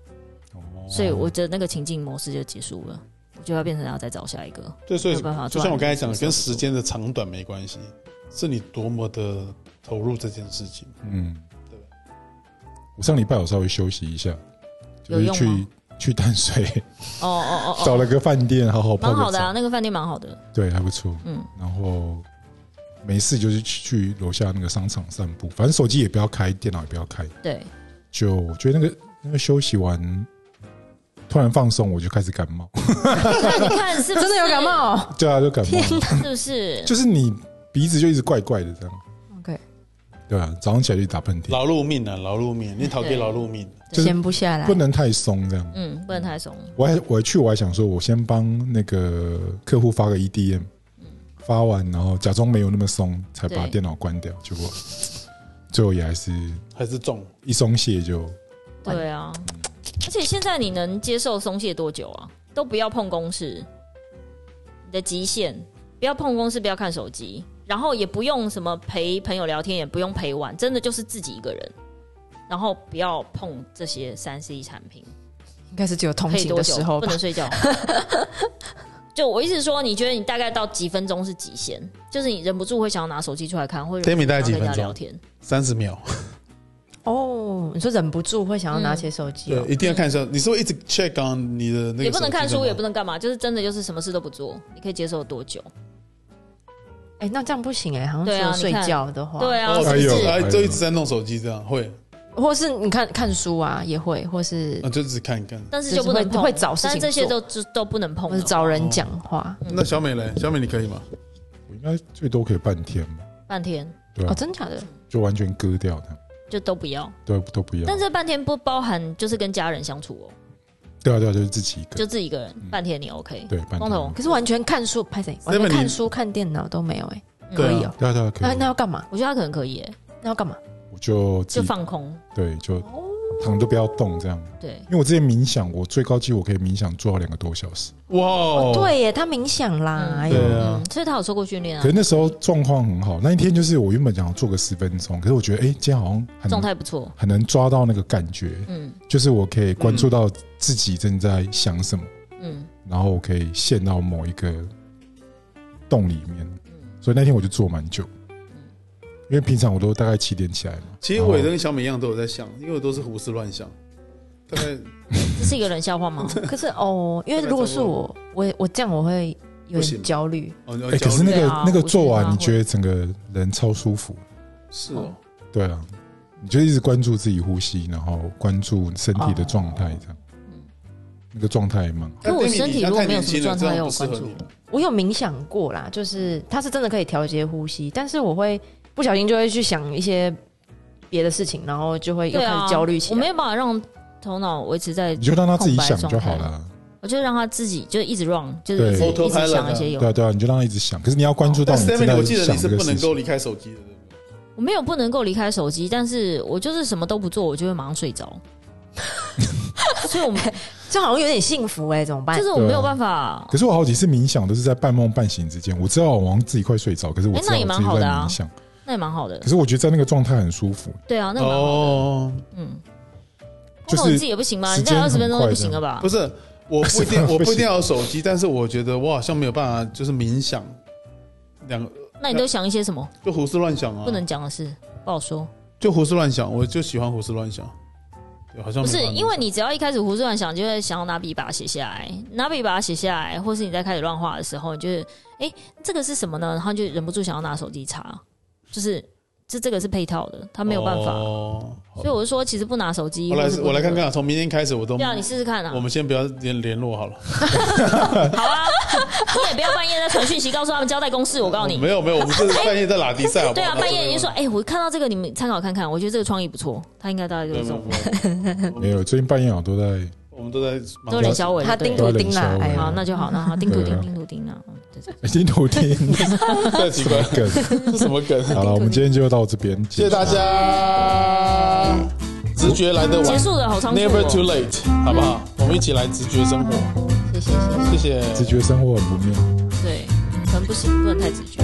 哦
所以我觉得那个情境模式就结束了，我就要变成要再找下一个。
对，所以
没有办法
就
做
像我刚才
完
讲的，
这个
跟
事
时间的长短没关系，是你多么的投入这件事情。
嗯
对吧，
我上礼拜有稍微休息一下，就是
有用
去
吗
去淡水
哦哦哦
找
哦，
了个饭店，好好泡
蛮
个
好的啊，
澡，
那个饭店蛮好的，
对，还不错。
嗯，
然后没事就是去去楼下那个商场散步，反正手机也不要开，电脑也不要开，
对，
就我觉得那个那个休息完，突然放松，我就开始感 冒。
那你看是不是
真的有感？
哦
冒
对啊，就感冒
天
了，
是不 是？
就是你鼻子就一直怪怪的这样。
？OK，
对啊，早上起来就打喷嚏，
劳碌命啊，劳碌命，你逃避
对
劳碌命。
就是
闲不下来
不，能太松这样。
嗯，不能太怂。
我还我去我还想说，我先帮那个客户发个 EDM，发
嗯
完然后假装没有那么松，才把
对
电脑关掉，结果最后也还是
还是重，
一松懈就
对啊，而且现在你能接受松懈多久啊？都不要碰公式，你的极限不要碰公式，不要看手机，然后也不用什么陪朋友聊天，也不用陪玩，真的就是自己一个人，然后不要碰这些三 C 产品，
应该是只有通
可以
勤
多
的
久
时候
不
吧
能。睡觉？ 就我意思是说，你觉得你大概到几分钟是极限？就是你忍不住会想要拿手机出来看，或者
Tammy 大概
想要
几
跟人家
分钟
聊天。
三十秒，
哦，你说忍不住会想要拿
嗯
起手机
对
哦，，
一定要看一下。你是会一直 check on 你的那个，
也不能看书，也不
能。
能干嘛，就是真的就是什么事都不做，你可以接受多久？
哎，那这样不行哎，好像只
对啊
有睡
你看
觉的话，
对啊，
哦，
是
哎
不
就一
呦
是
直哎就一直在弄手机，这样会，
或是你看看书啊也会，或是
嗯
啊，就只看一看。
但是就不能
就是
碰，
会会找事
但是这
情做
些都都都不能碰啊
或
的
是。找人讲话
嗯
那小美嘞？小美你可以吗？
我应该最多可以半天吧，
半天
对
哦，
啊，
真假的？
就完全割掉的，
就都不要，
对啊都不要。
但这半天不包含就是跟家人相处哦，
对啊对啊，就是自己一个
就自己一个人半天你 OK，
对半
光
天
头。
可是完全看书，拍谁？完
Steven，
全
你
看书、看电脑都没有哎，
对啊
可以哦。
对啊对啊，可
那
以
那，要干嘛？
嗯我觉得他可能可以耶，
那要干嘛？
我就自
就
己
放哦空，
对就躺都不要动这样。
对，
因为我之前冥想，我最高纪录我可以冥想做到两个多小时，
哇哦，
对耶，他冥想啦，
嗯
哎
对
呦，
啊
嗯，所以他有受过训练
可
啊
是，那时候状况很好。那一天就是我原本想要做个十分钟，可是我觉得哎、诶今天好像很
状态不错，
很能抓到那个感觉，
嗯
就是我可以关注到自己正在想什么，
嗯
然后我可以陷到某一个洞里面。
嗯
所以那天我就做蛮久，因为平常我都大概七点起来嘛。
其实我也
然后
跟小美一样都有在想，因为我都是胡思乱想，大概
这是一个冷笑 话吗？
可是哦，因为如果是我，我我这样我会有
不行
点焦虑。
哦，你要
哎、
焦
可是
虑
那个、
对啊
那个
我觉得
做完，
他
你
会
觉得整个人超舒服，
是哦，
对啊，你就一直关注自己呼吸，然后关注身体的状态，这样，
哦嗯
那个状态也蛮好。
可我
但 Demi，
身体
你好像
如果
太
没有
年
什么
轻了
状
这
态
样
要
不
有
适合
关注
你
我有冥想过啦，就是它是真的可以调节呼吸，但是我会不小心就会去想一些别的事情，然后就会又
对
开
啊，
始焦虑起
我没
来。
有办法让头脑维持在
你，就让他自己想就
空白
好
状态
了啊、
我就让他自己就一直 run，就是一
对
直一直
Autopilot
想
啊
一些有
对啊，对啊，你就让他一直想。可是你要关注到
哦但
你正
Stephanie，我
在
记得
想
你
这
是
个
不
事
能够
情。
离开手机的，对不对
我没有不能够离开手机，但是我就是什么都不做，我就会马上睡着。 所以我
哎
们
这好像有点幸福哎、怎么办
啊
就？是我没有办法。
可是我好几次冥想都是在半梦半醒之间，我知道我好像自己快睡着，可是我
哎
知道
那
我
也
自
蛮
己在
好的啊
冥想。
那也蛮好的
可，是我觉得在那个状态很舒服，
对啊，那也蛮好的。
哦，
嗯，
就
那我自
是
己也不行吗？
时
你
间
再
很
二十分钟就
快
不
的
行了吧
不？是，我不一
什
定，
么啊
我不一
不
定
行
要有手机，但是我觉得我好像没有办法，就是冥想，两个
那你都想一些什么
就胡思乱想啊，
不能讲的事，不好说。
哦
就胡思乱想，我就喜欢胡思乱想，对，好像
不是
没办法
因为你只要一开始胡思乱想，就会想要拿笔把它写下来，拿笔把它写下来，或是你在开始乱画的时候，你就是哎、诶这个是什么呢？然后就忍不住想要拿手机查，就是这这个是配套的，他没有办法。
哦
所以我就说，其实不拿手机，
我来
或是不
我来
那
看
个
看啊，从明天开始我都
对啊，你试试看啊
我。们先不要联联络好了。
好啊，我也不要半夜在传讯息告诉他们交代公式。我告诉你，哎
没有没有，我们是半夜在拉迪赛，好不
对
好
啊，半夜你就说，，哎，我看到这个，你们参考看看。我觉得这个创意不错，他应该大概就
没有
是
没有
这种，
没有
没
没有，
有最近半夜好像都在
我们都在
都脸小伟
他
对
叮嘱
都在
叮啦
冷，笑
哎
话
好，
呀，
那就好，那好，钉图
对啊
钉钉图钉啊，嗯对对
已经头天
太奇 怪，
梗。
这是什么梗？
好了，我们今天就到这边，
谢谢大家。直觉来的晚
结束的好仓促、
，Never too
哦。
late，好不好？我们一起来直觉生活，
谢谢
谢
谢谢。
谢。
直觉生活很不妙。
对，可能不行，不能太直觉。